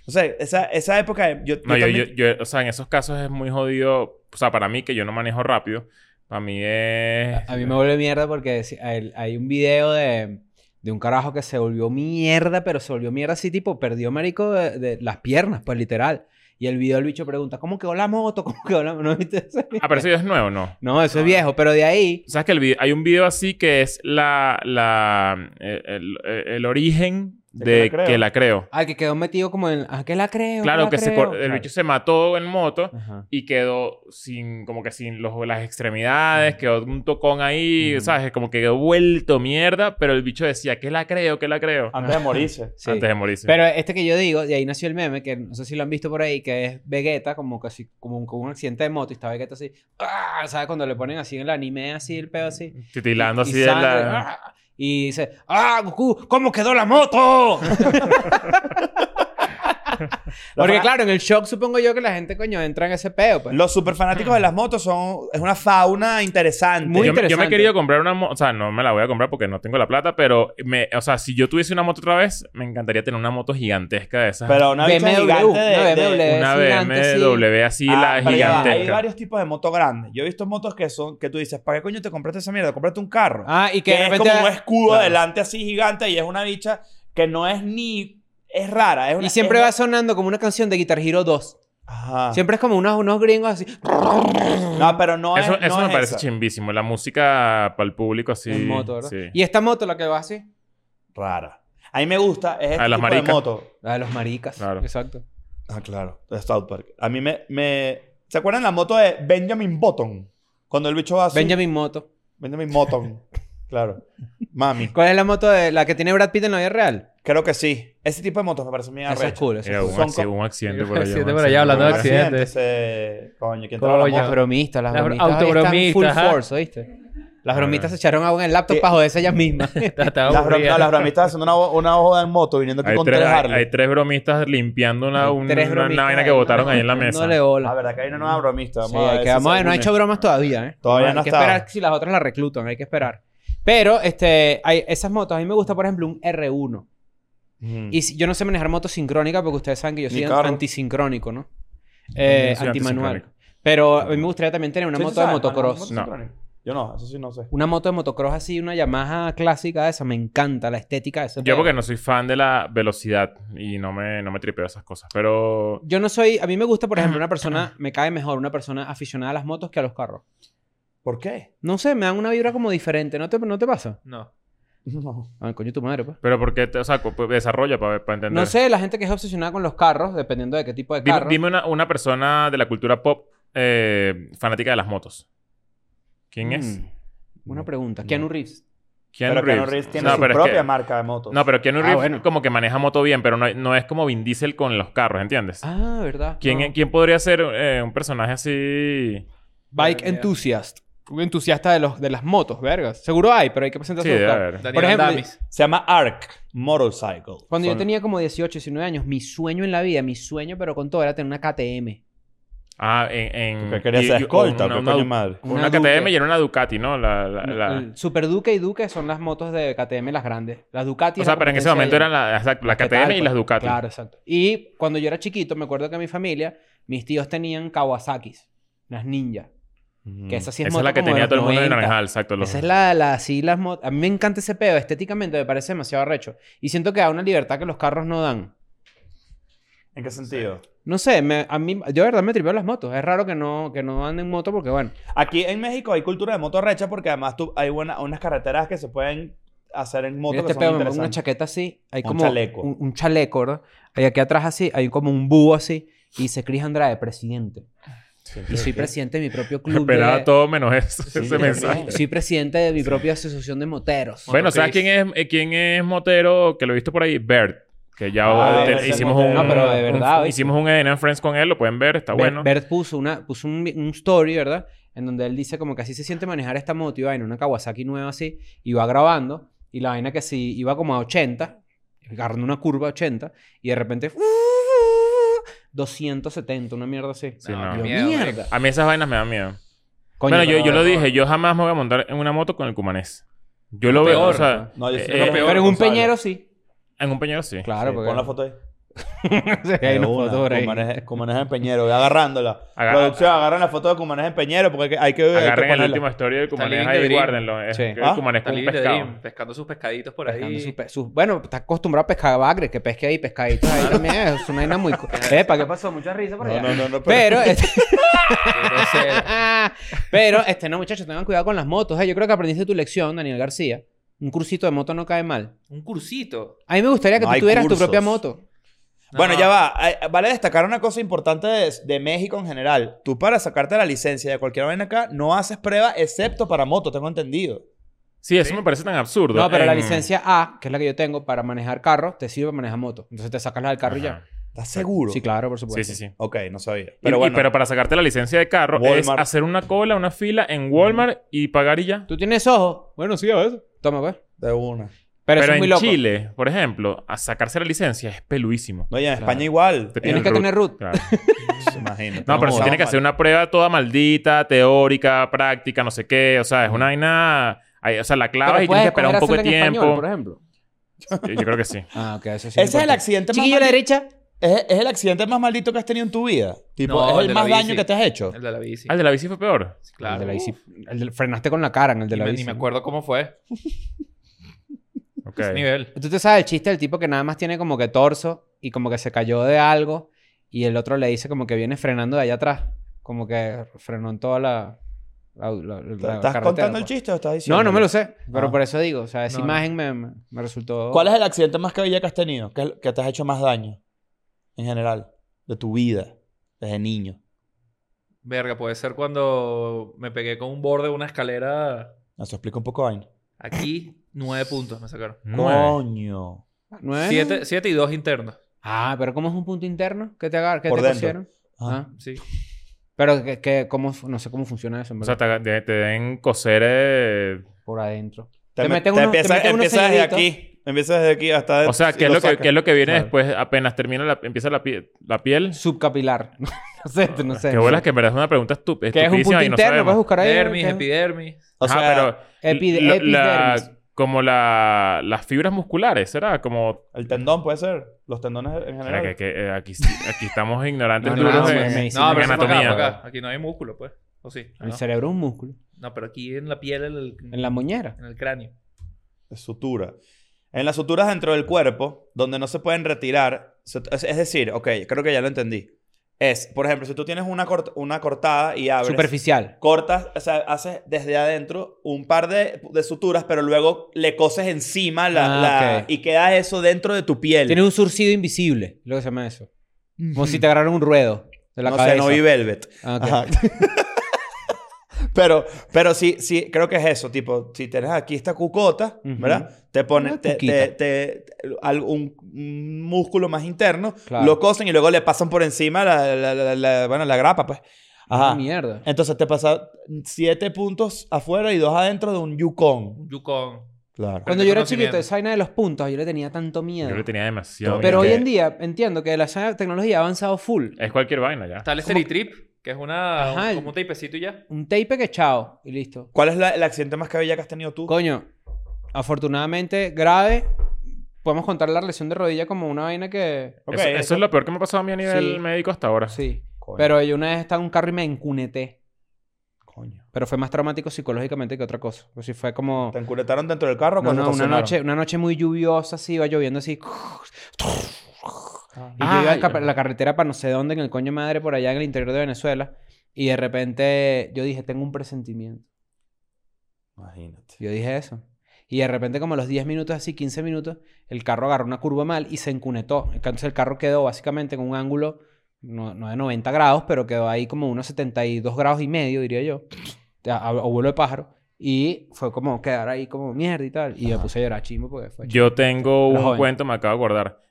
Speaker 2: O sea, esa, esa época... Yo, yo
Speaker 3: No, yo, yo,
Speaker 2: también-
Speaker 3: yo- o sea, en esos casos es muy jodido. O sea, para mí, que yo no manejo rápido, para mí es...
Speaker 1: A mí me vuelve mierda porque si- hay, hay un video de, de un carajo que se volvió mierda, pero se volvió mierda así, tipo, perdió marico de, de las piernas, pues literal. Y el video el bicho pregunta, ¿cómo quedó la moto? ¿Cómo quedó la moto? ¿No viste ese video?
Speaker 3: Ah, pero eso ya es nuevo, ¿no?
Speaker 1: No, eso es viejo, pero de ahí...
Speaker 3: ¿Sabes que el video- hay un video así que es la, la, eh, el, eh, el origen
Speaker 2: que
Speaker 3: de
Speaker 2: la creo.
Speaker 3: que la creo.
Speaker 1: Ah, que quedó metido como en. Ah, que la creo.
Speaker 3: Claro,
Speaker 1: la
Speaker 3: que se
Speaker 1: creo.
Speaker 3: cor- el
Speaker 1: Claro.
Speaker 3: bicho se mató en moto
Speaker 1: Ajá.
Speaker 3: y quedó sin, como que sin los- las extremidades, quedó un tocón ahí,
Speaker 1: Ujú.
Speaker 3: ¿sabes? Como que quedó vuelto mierda, pero el bicho decía, que la creo, que la creo,
Speaker 2: Antes de morirse.
Speaker 1: Ah, Sí.
Speaker 3: antes de morirse.
Speaker 1: Pero este que yo digo, de ahí nació el meme, que no sé si lo han visto por ahí, que es Vegeta, como casi como un, como un accidente de moto, y está Vegeta así, ¡ah! ¿sabes? Cuando le ponen así en el anime, así el pedo así.
Speaker 3: Titilando
Speaker 1: y- y
Speaker 3: así de
Speaker 1: sangre,
Speaker 3: la...
Speaker 1: ¡ah! Y dice, ¡ah, Goku! ¿Cómo quedó la moto? Porque
Speaker 2: fra-
Speaker 1: claro, en el shock supongo yo que la gente, coño, entra en ese peo. Pues.
Speaker 2: Los superfanáticos de las motos son... Es una fauna interesante.
Speaker 1: Muy
Speaker 3: yo, me- yo me he
Speaker 1: interesante.
Speaker 3: querido comprar una moto, o sea, no me la voy a comprar porque no tengo la plata, pero, me, o sea, si yo tuviese una moto otra vez, me encantaría tener una moto gigantesca de esas.
Speaker 2: Pero una bicha
Speaker 1: BMW,
Speaker 2: gigante de-
Speaker 1: una
Speaker 2: de-
Speaker 1: BMW.
Speaker 3: una
Speaker 1: gigante, sí.
Speaker 3: BMW así,
Speaker 2: Ah,
Speaker 3: la
Speaker 2: pero ya va, Hay
Speaker 3: gigantesca.
Speaker 2: varios tipos de motos grandes. Yo he visto motos que son... Que tú dices, ¿para qué coño te compraste esa mierda? Cómprate un carro.
Speaker 1: Ah, y que,
Speaker 2: que
Speaker 1: de repente...
Speaker 2: es como un escudo
Speaker 1: Claro.
Speaker 2: adelante así gigante y es una bicha que no es ni... Es rara. Es una-
Speaker 1: Y siempre
Speaker 2: es- Ah.
Speaker 1: va sonando como una canción de Guitar Hero 2.
Speaker 2: Ajá.
Speaker 1: Siempre es como unos, unos gringos así.
Speaker 2: No, pero no
Speaker 3: Eso,
Speaker 2: es
Speaker 3: eso
Speaker 2: no
Speaker 3: me
Speaker 2: es
Speaker 3: parece
Speaker 2: esa.
Speaker 3: chimbísimo. La música para el público así.
Speaker 1: en moto, ¿verdad?
Speaker 3: sí.
Speaker 1: Y esta moto la que va así.
Speaker 2: Rara. A mí me gusta es este
Speaker 3: A las
Speaker 2: tipo de
Speaker 3: maricas.
Speaker 2: moto.
Speaker 1: La de los maricas.
Speaker 3: Claro.
Speaker 1: Exacto.
Speaker 2: Ah, claro. De South Park. A mí me, me... ¿Se acuerdan la moto de Benjamin Button? Cuando el bicho va así.
Speaker 1: Benjamin Moto.
Speaker 2: Benjamin Button. claro. Mami.
Speaker 1: ¿Cuál es la moto de la que tiene Brad Pitt en la vida real?
Speaker 2: Creo que sí. Ese tipo de motos me parece bien
Speaker 1: Esa es
Speaker 2: arrecho.
Speaker 1: cool. esa es
Speaker 3: Mira,
Speaker 1: cool.
Speaker 3: un,
Speaker 2: Son
Speaker 3: acci-
Speaker 2: co-
Speaker 3: un accidente
Speaker 4: Mira,
Speaker 3: por allá.
Speaker 4: accidente
Speaker 3: un
Speaker 4: por allá, hablando de
Speaker 2: Los
Speaker 3: por allá.
Speaker 4: accidente. accidentes.
Speaker 2: accidentes, eh, Coño, ¿quién trae la
Speaker 4: Coño.
Speaker 1: Las
Speaker 2: moto?
Speaker 1: bromistas, las,
Speaker 4: Las bro-
Speaker 1: bromistas. hoy están
Speaker 4: autobromistas,
Speaker 1: full
Speaker 4: ajá.
Speaker 1: force, ¿oíste? Las
Speaker 3: Ah.
Speaker 1: bromistas se echaron agua en el laptop
Speaker 2: Eh,
Speaker 1: para joderse ellas mismas.
Speaker 4: Estaba
Speaker 2: Las, bro-
Speaker 4: aburrida.
Speaker 2: no, las bromistas haciendo una, una hoja en moto viniendo aquí
Speaker 3: Hay
Speaker 2: con
Speaker 3: tres,
Speaker 2: tres
Speaker 3: hay,
Speaker 2: Harley.
Speaker 3: hay tres bromistas limpiando una, una,
Speaker 1: Tres
Speaker 3: una
Speaker 1: bromistas
Speaker 3: vaina que botaron ahí en la mesa.
Speaker 1: No le bola.
Speaker 2: La verdad que hay una nueva bromista.
Speaker 1: Sí,
Speaker 2: Vamos a
Speaker 1: hay
Speaker 2: ver
Speaker 1: que-
Speaker 2: si
Speaker 1: vamos a
Speaker 2: se
Speaker 1: ver, no ha
Speaker 2: une.
Speaker 1: hecho bromas todavía, ¿eh?
Speaker 2: Todavía
Speaker 1: hay
Speaker 2: no
Speaker 1: que
Speaker 2: estaba.
Speaker 1: esperar si las otras las reclutan, hay que esperar. Pero, este, hay esas motos, a mí me gusta, por ejemplo, un R1.
Speaker 3: Mm.
Speaker 2: Ujú.
Speaker 1: Y si- yo no sé manejar motos sincrónicas porque ustedes saben que yo
Speaker 2: Ni
Speaker 1: soy an-
Speaker 2: carro.
Speaker 1: antisincrónico, ¿no? Eh,
Speaker 3: Yo soy
Speaker 1: antimanual.
Speaker 3: antisincrónico.
Speaker 1: Pero a mí me gustaría también tener una
Speaker 2: ¿Sí
Speaker 1: moto de
Speaker 2: sabes,
Speaker 1: motocross.
Speaker 2: mano? ¿Moto sincrónica? Yo no, eso sí no sé.
Speaker 1: Una moto de motocross así, una Yamaha clásica de esa. Me encanta la estética de esa.
Speaker 3: Yo porque no soy fan de la velocidad y no me, no me tripeo esas cosas. Pero
Speaker 1: Yo no soy... A mí me gusta, por ejemplo, una persona... Me cae mejor una persona aficionada a las motos que a los carros.
Speaker 2: ¿Por qué?
Speaker 1: No sé, me dan una vibra como diferente. ¿No te, no te pasa?
Speaker 4: No.
Speaker 2: No.
Speaker 1: Ah, coño tu madre, pues.
Speaker 3: pero porque, o sea, cu- desarrolla para, entender.
Speaker 1: No sé, la gente que es obsesionada con los carros, dependiendo de qué tipo de
Speaker 3: Dime,
Speaker 1: carro.
Speaker 3: dime una, una persona de la cultura pop eh, fanática de las motos. ¿Quién es?
Speaker 1: Mm, Buena pregunta. Keanu Reeves.
Speaker 3: Keanu
Speaker 2: pero Keanu Reeves tiene
Speaker 3: No,
Speaker 2: su
Speaker 3: pero es
Speaker 2: propia
Speaker 3: que-
Speaker 2: marca de motos.
Speaker 3: No, pero Keanu
Speaker 1: Ah,
Speaker 3: Reeves
Speaker 1: bueno.
Speaker 3: como que maneja moto bien, pero no, no es como Vin Diesel con los carros, ¿entiendes?
Speaker 1: Ah, ¿verdad?
Speaker 3: ¿Quién,
Speaker 1: No.
Speaker 3: ¿Quién podría ser eh, un personaje así?
Speaker 1: Bike
Speaker 4: Buena idea.
Speaker 1: enthusiast. Un entusiasta de, los, de las motos, vergas. Seguro hay, pero hay que presentarse a
Speaker 3: Sí, debe
Speaker 1: buscar.
Speaker 3: haber.
Speaker 4: Daniel
Speaker 1: Por ejemplo,
Speaker 4: Andamis.
Speaker 2: Se llama ARC Motorcycle.
Speaker 1: Cuando yo
Speaker 2: Son-
Speaker 1: tenía como 18, 19 años, mi sueño en la vida, mi sueño, pero con todo, era tener una KTM.
Speaker 3: Ah, en... en
Speaker 2: Que quería
Speaker 3: y-
Speaker 2: ser
Speaker 3: y-
Speaker 2: escolta,
Speaker 3: una,
Speaker 2: ¿qué
Speaker 3: una-
Speaker 2: coño madre?
Speaker 3: una
Speaker 1: Una
Speaker 3: KTM
Speaker 1: Duke.
Speaker 3: y era una Ducati, ¿no? La, la- la-
Speaker 1: Mm, El Super Duke y Duque son las motos de KTM las grandes. Las Ducati.
Speaker 3: O
Speaker 1: es
Speaker 3: sea,
Speaker 1: la
Speaker 3: pero en ese
Speaker 1: competencia
Speaker 3: momento
Speaker 1: de-
Speaker 3: eran la, la- la
Speaker 1: ¿Qué
Speaker 3: KTM
Speaker 1: tal,
Speaker 3: y
Speaker 1: pues?
Speaker 3: las Ducati.
Speaker 1: Claro, exacto. Y cuando yo era chiquito, me acuerdo que mi familia, mis tíos tenían Kawasaki's, las ninjas. Que esa sí es
Speaker 3: Mm, Esa es la
Speaker 1: moto como
Speaker 3: que
Speaker 1: de
Speaker 3: tenía
Speaker 1: los
Speaker 3: todo el mundo en
Speaker 1: 90.
Speaker 3: Naranjal, exacto. los-
Speaker 1: Esa es la, la sí, las mo- A mí me encanta ese pedo, estéticamente me parece demasiado recho. Y siento que da una libertad que los carros no dan.
Speaker 2: ¿En qué sentido?
Speaker 1: No sé, me- a mí, yo de verdad me tripeo las motos. Es raro que no, que no anden en moto porque, bueno,
Speaker 2: Aquí en México hay cultura de moto recha porque además tú, hay buena- unas carreteras que se pueden hacer en moto
Speaker 1: mira este
Speaker 2: que son
Speaker 1: pedo, me pongo una
Speaker 2: interesantes.
Speaker 1: chaqueta así, hay
Speaker 2: Un
Speaker 1: como
Speaker 2: chaleco.
Speaker 1: Un, un chaleco, ¿verdad? Y aquí atrás así, hay como un búho así, y dice Cris Andrade, presidente. Y soy presidente de mi propio club.
Speaker 3: Esperaba
Speaker 1: de-
Speaker 3: todo menos eso, ese
Speaker 1: de-
Speaker 3: mensaje.
Speaker 1: Soy presidente de mi propia asociación de moteros.
Speaker 3: Bueno, ¿sabes
Speaker 4: Chris.
Speaker 3: quién es, eh, quién es motero que lo he visto por ahí? Bert. Que ya
Speaker 2: Ah,
Speaker 3: eh,
Speaker 2: Bert
Speaker 3: te-
Speaker 2: es
Speaker 3: hicimos un,
Speaker 2: motero.
Speaker 1: No, pero de
Speaker 3: un-
Speaker 1: verdad, ¿oíste?
Speaker 3: hicimos un E EDN Friends con él, lo pueden ver, está
Speaker 1: Ber-
Speaker 3: bueno.
Speaker 1: Bert puso, una, puso un, un story, ¿verdad? En donde él dice como que así se siente manejar esta moto, iba en una Kawasaki nueva así, iba grabando, y la vaina que si iba como a 80, agarrando una curva a 80, y de repente... 270, una mierda así.
Speaker 3: Sí,
Speaker 4: No,
Speaker 3: no.
Speaker 4: qué
Speaker 1: Yo,
Speaker 4: miedo,
Speaker 1: mierda.
Speaker 3: A mí esas vainas me dan miedo.
Speaker 1: Coño,
Speaker 3: bueno, yo,
Speaker 1: pero-
Speaker 3: yo lo
Speaker 4: no.
Speaker 3: dije, yo jamás me voy a montar en una moto con el cumanés. Yo lo veo, o
Speaker 4: peor,
Speaker 3: sea,
Speaker 2: No, yo soy
Speaker 3: eh,
Speaker 2: lo peor.
Speaker 1: Pero en un
Speaker 2: responsable.
Speaker 1: peñero sí.
Speaker 3: en un peñero sí.
Speaker 1: Claro,
Speaker 2: Sí,
Speaker 1: porque...
Speaker 2: Pon la foto ahí.
Speaker 1: Sí, hay
Speaker 2: De
Speaker 1: una
Speaker 2: una,
Speaker 1: foto por ahí.
Speaker 2: Cumanés- Cumanés en Peñero, ve agarrándola.
Speaker 3: Agarra-
Speaker 2: Producción, agarran la foto de Cumanés en Peñero porque hay que- hay que hay que
Speaker 3: Agarren el
Speaker 2: ponerla.
Speaker 3: último story del cumanés
Speaker 4: living the
Speaker 3: ahí y
Speaker 4: dream.
Speaker 3: guárdenlo. Es,
Speaker 1: Sí.
Speaker 3: que
Speaker 2: Ah,
Speaker 3: El cumanés
Speaker 4: Está
Speaker 3: con un
Speaker 4: living the
Speaker 3: pescado.
Speaker 4: dream, pescando sus pescaditos por
Speaker 1: Pescando sus
Speaker 4: ahí.
Speaker 1: pe- sus- bueno, está acostumbrado a pescar bagre, que pesque ahí pescaditos ahí también. Es una vaina muy... co- Epa, ¿qué pasó? Mucha risa por
Speaker 2: No,
Speaker 1: allá.
Speaker 2: no, no, no,
Speaker 1: Pero... este-
Speaker 4: Qué grosero.
Speaker 1: Pero, este, no, muchachos, tengan cuidado con las motos. eh. Yo creo que aprendiste tu lección, Daniel García. Un cursito de moto no cae mal.
Speaker 4: Un cursito.
Speaker 1: A mí me gustaría que
Speaker 2: No
Speaker 1: tú
Speaker 2: hay
Speaker 1: tuvieras
Speaker 2: cursos.
Speaker 1: tu propia moto.
Speaker 2: Bueno,
Speaker 4: No.
Speaker 2: ya va. Ay, Vale destacar una cosa importante de, de México en general. Tú para sacarte la licencia de cualquier vaina acá no haces prueba excepto para moto, tengo entendido.
Speaker 3: Sí, eso
Speaker 4: Sí.
Speaker 3: me parece tan absurdo. Mm.
Speaker 1: No, pero la
Speaker 3: En-
Speaker 1: licencia A, que es la que yo tengo para manejar carro, te sirve para manejar moto. Entonces te sacas la del carro y
Speaker 3: Ajá.
Speaker 1: ya.
Speaker 2: ¿Estás seguro?
Speaker 1: Sí, claro, por
Speaker 3: Sí,
Speaker 1: supuesto.
Speaker 3: sí, sí.
Speaker 2: Ok, no sabía.
Speaker 3: Pero,
Speaker 2: Pero bueno,
Speaker 3: pero para sacarte la licencia de carro es
Speaker 2: Walmart.
Speaker 3: hacer una cola, una fila en Walmart
Speaker 1: Mm.
Speaker 3: y pagar y ya.
Speaker 1: ¿Tú tienes ojos? Bueno, sí, a veces. Toma, pues.
Speaker 2: de una.
Speaker 1: Pero, eso
Speaker 3: Pero
Speaker 1: es muy
Speaker 3: en
Speaker 1: loco.
Speaker 3: Chile, por ejemplo, a sacarse la licencia es peluísimo.
Speaker 2: No, y en España
Speaker 1: Claro.
Speaker 2: igual.
Speaker 3: Te
Speaker 1: Tienes
Speaker 3: tienen
Speaker 1: que
Speaker 3: root.
Speaker 1: tener root.
Speaker 3: Claro.
Speaker 2: Imagínate.
Speaker 3: No, pero se tiene que hacer una prueba toda maldita, teórica, práctica, no sé qué. O sea, es una vaina... ahí- o sea, la
Speaker 1: Pero
Speaker 3: clavas y
Speaker 1: puedes
Speaker 3: tienes que esperar un
Speaker 1: escoger
Speaker 3: poco de
Speaker 1: hacerla en
Speaker 3: tiempo.
Speaker 1: español, por ejemplo.
Speaker 3: Yo creo que sí.
Speaker 1: Ah, ok, eso sí.
Speaker 2: Ese es el accidente más
Speaker 1: Chiquillo a la
Speaker 2: maldito-
Speaker 1: derecha.
Speaker 2: es, es el accidente más maldito que has tenido en tu vida. Tipo,
Speaker 4: No,
Speaker 2: es
Speaker 4: el
Speaker 2: el
Speaker 4: de la
Speaker 2: más daño
Speaker 4: bici.
Speaker 2: que te has hecho.
Speaker 4: El de la bici.
Speaker 3: Ah, el de la bici fue peor.
Speaker 4: Sí, claro.
Speaker 1: El de la bici. El del- frenaste con la cara en el de la
Speaker 4: Ni me-
Speaker 1: bici.
Speaker 4: Ni me acuerdo cómo fue.
Speaker 3: Ok.
Speaker 4: Ese nivel.
Speaker 1: Tú te sabes el chiste del tipo que nada más tiene como que torso y como que se cayó de algo y el otro le dice como que viene frenando de allá atrás. Como que frenó en toda la... la- la- la
Speaker 2: ¿Estás
Speaker 1: carretera,
Speaker 2: contando
Speaker 1: pues.
Speaker 2: el chiste o estás diciendo?
Speaker 1: No, no me lo sé. Pero
Speaker 2: Ah.
Speaker 1: por eso digo. O sea, esa
Speaker 4: No, no.
Speaker 1: imagen me, me- me resultó...
Speaker 2: ¿Cuál es el accidente más cabilla que has tenido? ¿Qué es lo que te has hecho más daño? En general, de tu vida, desde niño.
Speaker 4: Verga, puede ser cuando me pegué con un borde de una escalera.
Speaker 2: Eso explica un poco, vaina.
Speaker 4: Aquí, nueve puntos me sacaron.
Speaker 3: Nueve.
Speaker 2: Coño.
Speaker 1: ¿Nueve?
Speaker 4: Siete, siete y dos internos.
Speaker 1: Ah, pero ¿cómo es un punto interno? ¿Qué te, agar- qué
Speaker 2: Por
Speaker 1: te
Speaker 2: dentro.
Speaker 1: pusieron?
Speaker 2: Ah.
Speaker 1: Ah.
Speaker 4: Sí.
Speaker 1: Pero que, que- ¿cómo, fu- no sé cómo funciona eso, en
Speaker 3: O
Speaker 1: verdad,
Speaker 3: sea, te, te- te den coser... eh,
Speaker 1: por adentro.
Speaker 2: Te,
Speaker 1: Te
Speaker 2: me-
Speaker 1: meten
Speaker 2: te
Speaker 1: unos- te
Speaker 2: empieza,
Speaker 1: meten unos
Speaker 2: empieza desde
Speaker 1: señalitos.
Speaker 2: aquí. Empieza desde aquí hasta...
Speaker 3: O sea,
Speaker 2: y
Speaker 3: ¿qué es lo que,
Speaker 2: saca.
Speaker 3: qué es lo que viene
Speaker 1: Claro.
Speaker 3: después? Apenas termina la, empieza la, pie- la piel.
Speaker 1: Subcapilar. no sé, no sé.
Speaker 3: Que vuelas Ah, que en verdad es una pregunta estu-
Speaker 1: ¿Qué es un punto
Speaker 3: estupidísima y no
Speaker 1: interno? ¿Puedes
Speaker 3: sabemos.
Speaker 1: buscar ahí?
Speaker 4: Dermis,
Speaker 1: ¿Qué?
Speaker 4: epidermis.
Speaker 2: O
Speaker 3: Ajá,
Speaker 2: sea,
Speaker 3: pero
Speaker 1: Epi-
Speaker 3: la-
Speaker 1: epidermis.
Speaker 3: la- como la, las fibras musculares, ¿será? Como...
Speaker 2: el tendón puede ser. Los tendones en general.
Speaker 3: Mira, que, que, eh, aquí, aquí estamos ignorantes
Speaker 1: No, no,
Speaker 3: duros
Speaker 1: no,
Speaker 3: de-
Speaker 1: me- me-
Speaker 4: No,
Speaker 1: medicina
Speaker 4: pero
Speaker 3: en
Speaker 4: eso fue acá,
Speaker 3: anatomía.
Speaker 4: fue acá. Aquí no hay músculo, pues. ¿O sí? Ah,
Speaker 1: El
Speaker 4: No.
Speaker 1: cerebro es un músculo.
Speaker 4: No, pero aquí en la piel, en el,
Speaker 1: En la moñera.
Speaker 4: en el cráneo.
Speaker 2: de sutura. En las suturas dentro del cuerpo, donde no se pueden retirar, se- es es decir, ok, creo que ya lo entendí. Es, por ejemplo, si tú tienes una, cort- una cortada y abres,
Speaker 1: Superficial.
Speaker 2: cortas, o sea, haces desde adentro un par de, de suturas, pero luego le coses encima la,
Speaker 1: Ah,
Speaker 2: la-
Speaker 1: ok.
Speaker 2: y queda eso dentro de tu piel.
Speaker 1: Tiene un surcido invisible. Lo que se llama eso. Como si te agarraron un ruedo de la
Speaker 2: no
Speaker 1: cabeza.
Speaker 2: sé, no vi Velvet.
Speaker 1: Ah, ok.
Speaker 2: Ajá. pero, pero sí, sí, creo que es eso. Tipo, si tienes aquí esta cucota,
Speaker 1: Ujú.
Speaker 2: ¿verdad? Te ponen
Speaker 1: Una
Speaker 2: te,
Speaker 1: cuquita.
Speaker 2: te- te- algún- un músculo más interno,
Speaker 1: Claro.
Speaker 2: lo cosen y luego le pasan por encima la, la, la- la- bueno, la grapa, pues.
Speaker 1: Ah,
Speaker 2: Ajá.
Speaker 1: mierda.
Speaker 2: Entonces te pasa siete puntos afuera y dos adentro de un Yukon.
Speaker 4: Un Yukon.
Speaker 2: Claro.
Speaker 1: Cuando yo era
Speaker 4: conocimiento.
Speaker 1: chiquito, esa vaina de los puntos, yo le tenía tanto miedo.
Speaker 3: Yo le tenía demasiado.
Speaker 1: Pero
Speaker 2: Ok.
Speaker 1: hoy en día entiendo que la sana tecnología ha avanzado full.
Speaker 3: Es cualquier vaina ya.
Speaker 4: Está el Esteritrip, que es una,
Speaker 1: Ajá,
Speaker 4: un-
Speaker 1: el-
Speaker 4: como un tapecito y ya.
Speaker 1: Un tape que chao y listo.
Speaker 2: ¿Cuál es la- el accidente más cabilla que has tenido tú?
Speaker 1: Coño, afortunadamente grave. Podemos contar la lesión de rodilla como una vaina que...
Speaker 2: Ok,
Speaker 3: eso, eso es lo peor que me ha pasado a mí a nivel
Speaker 1: Sí.
Speaker 3: médico hasta ahora.
Speaker 1: Sí.
Speaker 2: Coño,
Speaker 1: Pero yo una vez estaba en un carro y me encuneté.
Speaker 2: coño.
Speaker 1: Pero fue más traumático psicológicamente que otra cosa. O sea, fue como...
Speaker 2: ¿Te encuretaron dentro del carro
Speaker 1: No,
Speaker 2: cuando
Speaker 1: no,
Speaker 2: te
Speaker 1: una noche,
Speaker 2: accionaron?
Speaker 1: una noche muy lluviosa, así, iba lloviendo así.
Speaker 2: Ah.
Speaker 1: Y yo iba en
Speaker 3: Ay,
Speaker 1: capa-
Speaker 3: ajá.
Speaker 1: la carretera para no sé dónde, en el coño madre, por allá en el interior de Venezuela. Y de repente yo dije, tengo un presentimiento.
Speaker 2: Imagínate.
Speaker 1: Yo dije eso. Y de repente, como a los 10 minutos, así 15 minutos, el carro agarró una curva mal y se encunetó. Entonces el carro quedó básicamente en un ángulo, no, no de 90 grados, pero quedó ahí como unos 72 grados y medio, diría yo, a, a- a vuelo de pájaro. Y fue como quedar ahí como mierda y tal. Y yo puse a llorar chimbo porque fue
Speaker 3: Yo tengo
Speaker 1: Era
Speaker 3: un
Speaker 1: pues. joven.
Speaker 3: cuento, me acabo de acordar.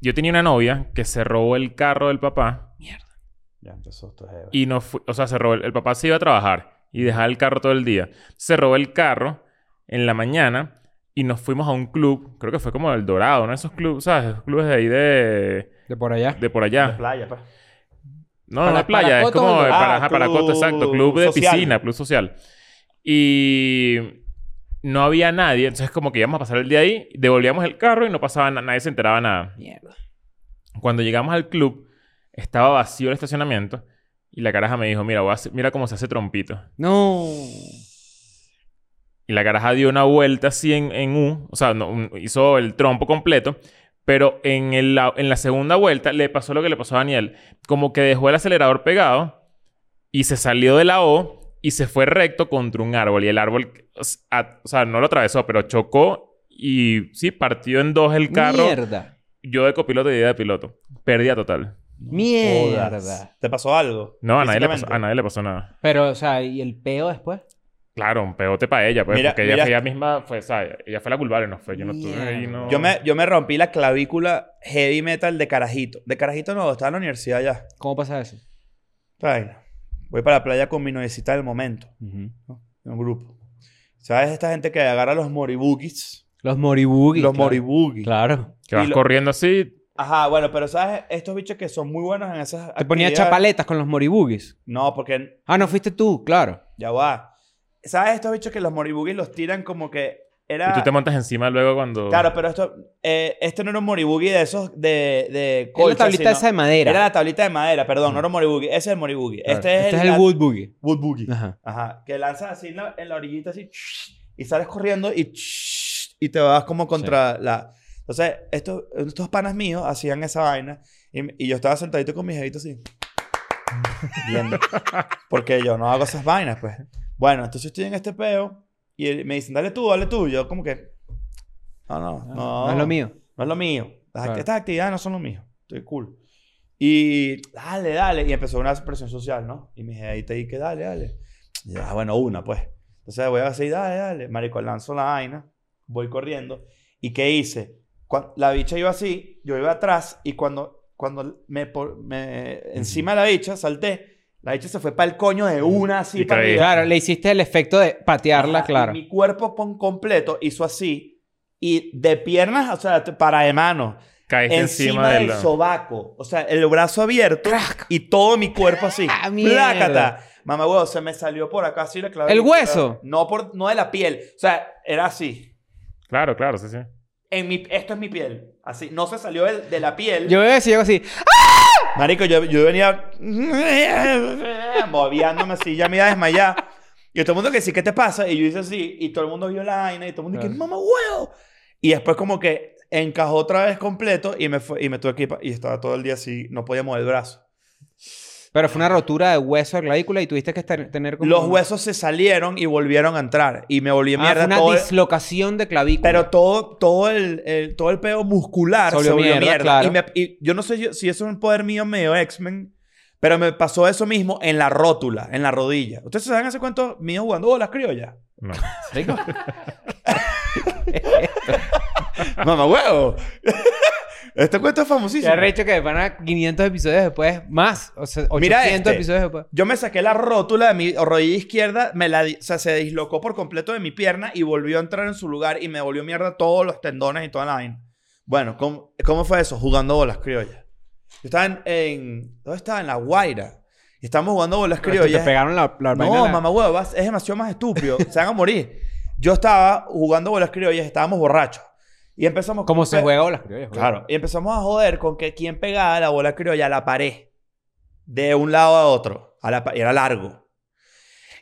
Speaker 3: Yo tenía una novia que se robó el carro del papá
Speaker 2: Ya empezó esto. es-
Speaker 3: y no fue, o sea, se robó el, el papá se iba a trabajar y dejaba el carro todo el día. Se robó el carro en la mañana y nos fuimos a un club, creo que fue como El Dorado, uno de esos clubes, ¿sabes? Esos clubes de ahí de,
Speaker 1: de por allá.
Speaker 3: de por allá.
Speaker 2: De playa, pues.
Speaker 3: No, no
Speaker 1: Para-
Speaker 3: es playa,
Speaker 1: para
Speaker 3: es
Speaker 1: Coto,
Speaker 3: como
Speaker 1: ¿no?
Speaker 3: de para,
Speaker 2: Ah,
Speaker 3: ajá, para Coto,
Speaker 2: club
Speaker 3: exacto, club de
Speaker 2: social.
Speaker 3: piscina, club social. Y no había nadie, entonces como que íbamos a pasar el día ahí, devolvíamos el carro y no pasaba nada, nadie se enteraba nada.
Speaker 1: Mierda.
Speaker 3: Cuando llegamos al club, estaba vacío el estacionamiento y la caraja me dijo, mira, voy a hacer- mira cómo se hace trompito.
Speaker 1: No.
Speaker 3: Y la caraja dio una vuelta así en, en U, o sea, no, un- hizo el trompo completo. Pero en, el la- en la segunda vuelta le pasó lo que le pasó a Daniel. Como que dejó el acelerador pegado y se salió de la O y se fue recto contra un árbol. Y el árbol, o sea, a- o sea, no lo atravesó, pero chocó y sí, partió en dos el carro.
Speaker 1: Mierda.
Speaker 3: Yo de copiloto y ella de piloto. Pérdida total.
Speaker 1: Mierda.
Speaker 2: Jodas. ¿Te pasó algo?
Speaker 3: No, a nadie, le pasó,
Speaker 2: Físicamente.
Speaker 3: a nadie le pasó nada.
Speaker 1: Pero, o sea, ¿y el peo después?
Speaker 3: Claro, un peote para ella, pues,
Speaker 2: Mira-
Speaker 3: porque ella,
Speaker 2: mira-
Speaker 3: fue ella misma fue, o sea, ella fue la culpable, no fue. Yo no estuve
Speaker 1: Mierda.
Speaker 3: ahí, no.
Speaker 2: Yo me, yo me rompí la clavícula heavy metal de carajito. De carajito no, estaba en la universidad ya.
Speaker 1: ¿Cómo pasa eso?
Speaker 2: Ay, voy para la playa con mi novicita del momento, ¿no? En un grupo. ¿Sabes esta gente que agarra los moribugis?
Speaker 1: Los moribugis.
Speaker 2: Los
Speaker 1: claro.
Speaker 2: moribugis.
Speaker 1: Claro.
Speaker 3: Que vas
Speaker 2: y lo-
Speaker 3: corriendo así.
Speaker 2: Ajá, bueno, pero ¿sabes? Estos bichos que son muy buenos en esas
Speaker 1: Te ponía
Speaker 2: actividades-
Speaker 1: chapaletas con los moribugis.
Speaker 2: No, porque
Speaker 1: Ah, no fuiste tú, claro.
Speaker 2: ya va. ¿Sabes estos bichos que los moribugis los tiran como que era...
Speaker 3: Y tú te montas encima luego cuando.
Speaker 2: Claro, pero esto, eh, este no era un moribugi de esos de, de
Speaker 1: Es la
Speaker 2: colcha,
Speaker 1: tablita
Speaker 2: sino-
Speaker 1: esa de madera.
Speaker 2: Era la tablita de madera, perdón, no era un moribugi. Ese es el moribugi.
Speaker 1: Claro.
Speaker 2: Este es
Speaker 1: este
Speaker 2: el,
Speaker 1: es el
Speaker 2: la-
Speaker 1: wood buggy.
Speaker 2: wood buggy.
Speaker 1: Ajá.
Speaker 2: Ajá. Que lanzas así en la, en la orillita así y sales corriendo y y te vas como contra la... Entonces, estos, estos panas míos hacían esa vaina y, y yo estaba sentadito con mis jevitos así. viendo. Porque yo no hago esas vainas, pues. Bueno, entonces estoy en este peo y él- me dicen, dale tú, dale tú. Y yo como que... No, no, no.
Speaker 1: No es lo mío.
Speaker 2: No es lo mío. Las act-
Speaker 1: Claro.
Speaker 2: Estas actividades no son lo mío. Estoy cool. Y dale, dale. Y empezó una presión social, ¿no? Y me dije, ahí te dije, dale, dale. Y yo, ah, bueno, una, pues. Entonces voy a decir, dale, dale. Marico, lanzo la vaina. Voy corriendo. ¿Y qué hice? Cuan- la bicha iba así, yo iba atrás. Y cuando, cuando me, por- me- encima de la bicha salté, la bicha se fue para el coño de una así
Speaker 3: Y
Speaker 2: para
Speaker 3: caí.
Speaker 2: arriba.
Speaker 1: Claro, le hiciste el efecto de patearla,
Speaker 2: Ajá, y
Speaker 1: claro.
Speaker 2: Ah, Mi cuerpo con completo hizo así. Y de piernas, o sea, t- para de mano
Speaker 3: Caíste
Speaker 2: encima
Speaker 3: encima,
Speaker 2: del
Speaker 3: de la-
Speaker 2: sobaco. O sea, el brazo abierto y todo mi cuerpo así.
Speaker 1: Ah, mierda.
Speaker 2: ¡Plácata! Mamá, huevo, se me salió por acá así la clave.
Speaker 1: ¿El hueso?
Speaker 2: No, por, no de la piel. O sea, era así.
Speaker 3: Claro, claro, sí, sí.
Speaker 2: En mi, esto es mi piel. Así. No se salió del- de, la piel.
Speaker 1: Yo veo eso y llego así.
Speaker 2: Marico, yo, yo venía moviéndome así. Ya me iba a desmayar. Y todo el mundo que sí, ¿qué te pasa? Y yo hice así. Y todo el mundo vio la vaina. Y todo el mundo que,
Speaker 1: Claro.
Speaker 2: mamá, huevo. Y después como que encajó otra vez completo. Y me, fue, y me tuve que ir pa- Y estaba todo el día así. No podía mover el brazo.
Speaker 1: Pero fue una rotura de hueso de clavícula y tuviste que estar- tener como.
Speaker 2: Los huesos se salieron y volvieron a entrar. Y me volví
Speaker 1: Ah,
Speaker 2: mierda
Speaker 1: fue una
Speaker 2: todo. el-
Speaker 1: dislocación de clavícula.
Speaker 2: pero todo, todo, el, el- todo el peo muscular
Speaker 1: Se volvió
Speaker 2: se volvió mierda.
Speaker 1: mierda, claro.
Speaker 2: y, me- y yo no sé yo- si eso es un poder mío medio X-Men, pero me pasó eso mismo en la rótula, en la rodilla. ¿Ustedes se saben hace cuánto mío jugando bolas criollas?
Speaker 3: No.
Speaker 1: Marico,
Speaker 2: ¡Mamá huevo! este cuento es
Speaker 1: Qué
Speaker 2: famosísimo.
Speaker 1: arrecho que van a 500 episodios después, más. O sea, 800
Speaker 2: Mira este.
Speaker 1: episodios después.
Speaker 2: Yo me saqué la rótula de mi rodilla izquierda, me la, di- o sea, se dislocó por completo de mi pierna y volvió a entrar en su lugar y me volvió mierda todos los tendones y toda la vaina. Bueno, ¿cómo, cómo fue eso? Jugando bolas criollas. Yo estaba en, en- ¿Dónde estaba? En La Guaira. Y estábamos jugando bolas
Speaker 1: Te
Speaker 2: criollas.
Speaker 1: pegaron la, la vaina
Speaker 2: No,
Speaker 1: de la-
Speaker 2: mamá huevo, vas- es demasiado más estúpido. se van a morir. Yo estaba jugando bolas criollas, estábamos borrachos. Y empezamos...
Speaker 1: Como se
Speaker 2: pe-
Speaker 1: juega las criollas. güey.
Speaker 2: Pues- Claro. Y empezamos a joder con que quién pegaba la bola criolla a la pared. De un lado a otro. A la pa- y era largo.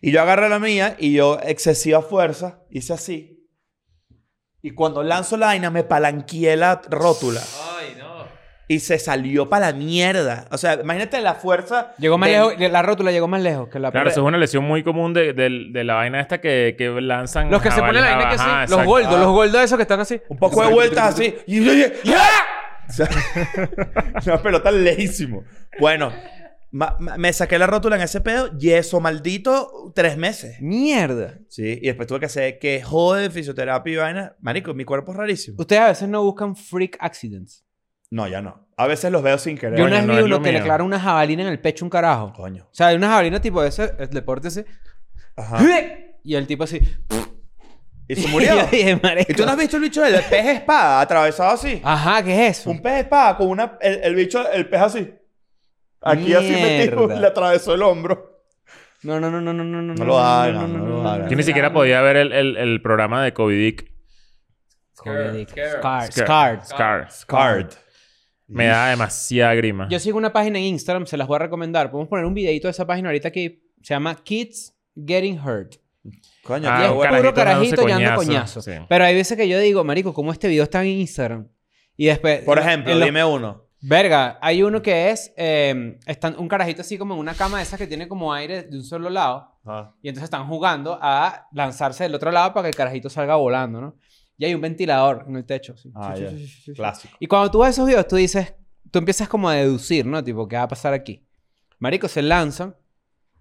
Speaker 2: Y yo agarré la mía y yo, excesiva fuerza, hice así. Y cuando lanzo la vaina, me palanqueé la rótula.
Speaker 4: Ay, no.
Speaker 2: Y se salió para la mierda. O sea, imagínate la fuerza.
Speaker 1: Llegó más
Speaker 2: de-
Speaker 1: lejos, la rótula llegó más lejos que la
Speaker 3: Claro, eso
Speaker 1: pared.
Speaker 3: es una lesión muy común de, de- de la vaina esta que, que lanzan.
Speaker 1: Los que se ponen la vaina que sí,
Speaker 3: Ajá,
Speaker 1: los
Speaker 3: exacto.
Speaker 1: goldos, los goldos esos que están así.
Speaker 2: Un poco de vueltas así. Y yo dije, ¡Ya! O sea, Una pelota lejísimo. Bueno, ma- ma- me saqué la rótula en ese pedo, yeso maldito, tres meses.
Speaker 1: Mierda.
Speaker 2: Sí, y después tuve que hacer que jode fisioterapia y vaina. Marico, mi cuerpo es rarísimo.
Speaker 1: Ustedes a veces no buscan freak accidents.
Speaker 2: No, ya no. A veces los veo sin querer.
Speaker 1: Yo
Speaker 3: Coño,
Speaker 1: una vez
Speaker 3: no
Speaker 1: vi
Speaker 3: es
Speaker 1: uno
Speaker 3: lo
Speaker 1: que le
Speaker 3: mío.
Speaker 1: clavaron una jabalina en el pecho a un carajo. O
Speaker 2: Coño.
Speaker 1: sea, hay una jabalina tipo de ese, el deporte ese.
Speaker 2: Ajá.
Speaker 1: Y el tipo así.
Speaker 2: Y se murió.
Speaker 1: Y yo dije, marico.
Speaker 2: ¿Y tú no has visto el bicho del pez espada atravesado así?
Speaker 1: Ajá, ¿qué es Ah, eso?
Speaker 2: Un pez espada con una... El, el bicho, el pez así. Aquí así metido
Speaker 1: Mierda.
Speaker 2: le atravesó el hombro.
Speaker 1: No, no, no, no, no, no, no.
Speaker 2: No lo hagan, no lo hagan.
Speaker 3: Yo ni siquiera podía ver el, el- el programa de Covidic.
Speaker 1: Scar,
Speaker 4: Scar.
Speaker 1: Scar,
Speaker 3: Scar.
Speaker 1: Ah, Scar.
Speaker 3: Scar.
Speaker 2: Card.
Speaker 3: Me da demasiada grima.
Speaker 1: Yo sigo una página en Instagram, se las voy a recomendar. Podemos poner un videito de esa página ahorita que se llama Kids Getting Hurt.
Speaker 2: Coño,
Speaker 3: Ah,
Speaker 2: qué
Speaker 1: y es
Speaker 3: un
Speaker 2: bueno.
Speaker 1: puro
Speaker 3: carajito dándose
Speaker 1: carajito yando
Speaker 3: coñazo.
Speaker 1: coñazo.
Speaker 3: Sí.
Speaker 1: Pero hay veces que yo digo, marico, ¿cómo este video está en Instagram? Y después...
Speaker 2: Por ejemplo,
Speaker 1: en los-
Speaker 2: dime uno.
Speaker 1: Verga, em, hay uno que es eh, están- un carajito así como en una cama de esas que tiene como aire de un solo lado.
Speaker 2: Ah.
Speaker 1: Y entonces están jugando a lanzarse del otro lado para que el carajito salga volando, ¿no? Y hay un ventilador en el techo. sí.
Speaker 2: Ah,
Speaker 1: Sí, sí,
Speaker 2: ya.
Speaker 1: sí, sí, sí, sí.
Speaker 2: Clásico.
Speaker 1: Y cuando tú ves esos videos, tú dices, tú empiezas como a deducir, ¿no? Tipo, ¿qué va a pasar aquí? Marico, se lanzan,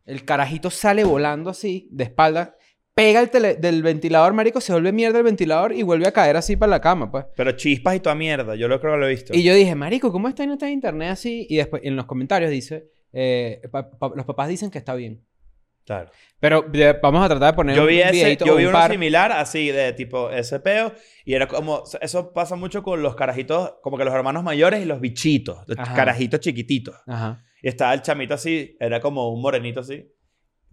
Speaker 1: el carajito sale volando así, de espalda, pega el tele- del ventilador, marico, se vuelve mierda el ventilador y vuelve a caer así para la cama, pues.
Speaker 2: Pero chispas y toda mierda. Yo lo creo que lo he visto.
Speaker 1: Y yo dije, marico, ¿cómo está en esta internet así? Y después en los comentarios dice, eh, pa- pa- los papás dicen que está bien.
Speaker 2: Claro.
Speaker 1: Pero de- vamos a tratar de poner
Speaker 2: Yo vi, ese,
Speaker 1: videíto
Speaker 2: yo
Speaker 1: o
Speaker 2: vi
Speaker 1: un
Speaker 2: uno
Speaker 1: par.
Speaker 2: similar así de tipo ese peo y era como eso pasa mucho con los carajitos como que los hermanos mayores y los bichitos los
Speaker 1: Ajá.
Speaker 2: carajitos chiquititos
Speaker 1: Ajá,
Speaker 2: y estaba el chamito así era como un morenito así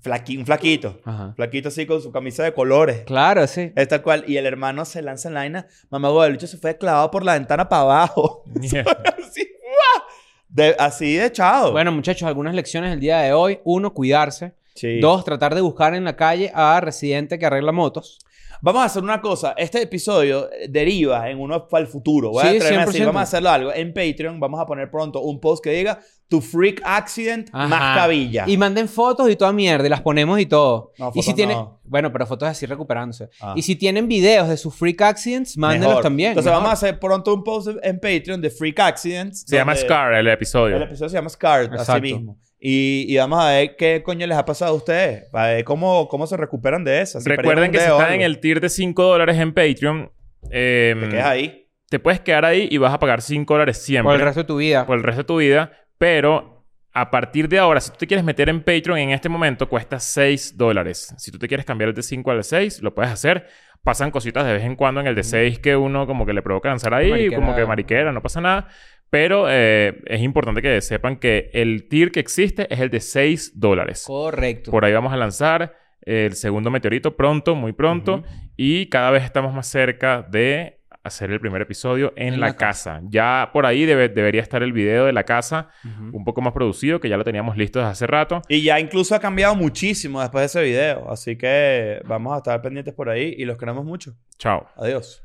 Speaker 2: flaqui- un flaquito
Speaker 1: ajá.
Speaker 2: flaquito así con su camisa de colores
Speaker 1: Claro, sí.
Speaker 2: es tal cual y el hermano se lanza en la vaina mamá güey, el bicho se fue clavado por la ventana para abajo
Speaker 3: Mierda.
Speaker 2: así ¡guau! de, así de echado
Speaker 1: Bueno, muchachos, algunas lecciones del día de hoy. Uno, cuidarse.
Speaker 2: Sí.
Speaker 1: Dos, tratar de buscar en la calle a residente que arregla motos.
Speaker 2: Vamos a hacer una cosa. Este episodio eh, deriva en uno para el futuro. Voy a
Speaker 1: Sí,
Speaker 2: atreverme a decir,
Speaker 1: 100%.
Speaker 2: vamos a hacerlo algo. En Patreon vamos a poner pronto un post que diga tu freak accident
Speaker 1: Ajá.
Speaker 2: más cabilla.
Speaker 1: Y manden fotos y toda mierda, y las ponemos y todo.
Speaker 2: No,
Speaker 1: y si
Speaker 2: fotos
Speaker 1: tienen,
Speaker 2: no.
Speaker 1: bueno, pero fotos así recuperándose.
Speaker 2: Ah.
Speaker 1: Y si tienen videos de sus freak accidents, mándenlos
Speaker 2: Mejor.
Speaker 1: también.
Speaker 2: Entonces
Speaker 1: mejor.
Speaker 2: vamos a hacer pronto un post en Patreon de freak accidents.
Speaker 3: Se llama
Speaker 2: donde
Speaker 3: Scar el episodio.
Speaker 2: El episodio se llama Scar, así
Speaker 1: Exacto.
Speaker 2: mismo. Y, y vamos a ver qué coño les ha pasado a ustedes. Para ver cómo, cómo se recuperan de eso. Si perdieron
Speaker 3: Recuerden
Speaker 2: un
Speaker 3: que si
Speaker 2: dedo o
Speaker 3: están en
Speaker 2: algo,
Speaker 3: el tier de 5 dólares en Patreon, eh,
Speaker 2: Te quedas ahí.
Speaker 3: te puedes quedar ahí y vas a pagar 5 dólares siempre.
Speaker 1: por el resto de tu vida.
Speaker 3: por el resto de tu vida, pero a partir de ahora, si tú te quieres meter en Patreon en este momento, cuesta 6 dólares. Si tú te quieres cambiar de 5 al de 6, lo puedes hacer. Pasan cositas de vez en cuando en el de 6 que uno como que le provoca lanzar ahí,
Speaker 1: Mariquera.
Speaker 3: como que mariquera, no pasa nada. Pero eh, es importante que sepan que el tier que existe es el de 6 dólares.
Speaker 1: Correcto.
Speaker 3: Por ahí vamos a lanzar el segundo meteorito pronto, muy pronto.
Speaker 1: Ujú.
Speaker 3: Y cada vez estamos más cerca de hacer el primer episodio en,
Speaker 1: En
Speaker 3: la,
Speaker 1: la
Speaker 3: casa. Ya por ahí debe- debería estar el video de la casa
Speaker 1: Ujú.
Speaker 3: un poco más producido, que ya lo teníamos listo desde hace rato.
Speaker 2: Y ya incluso ha cambiado muchísimo después de ese video. Así que vamos a estar pendientes por ahí y los queremos mucho.
Speaker 3: Chao.
Speaker 2: Adiós.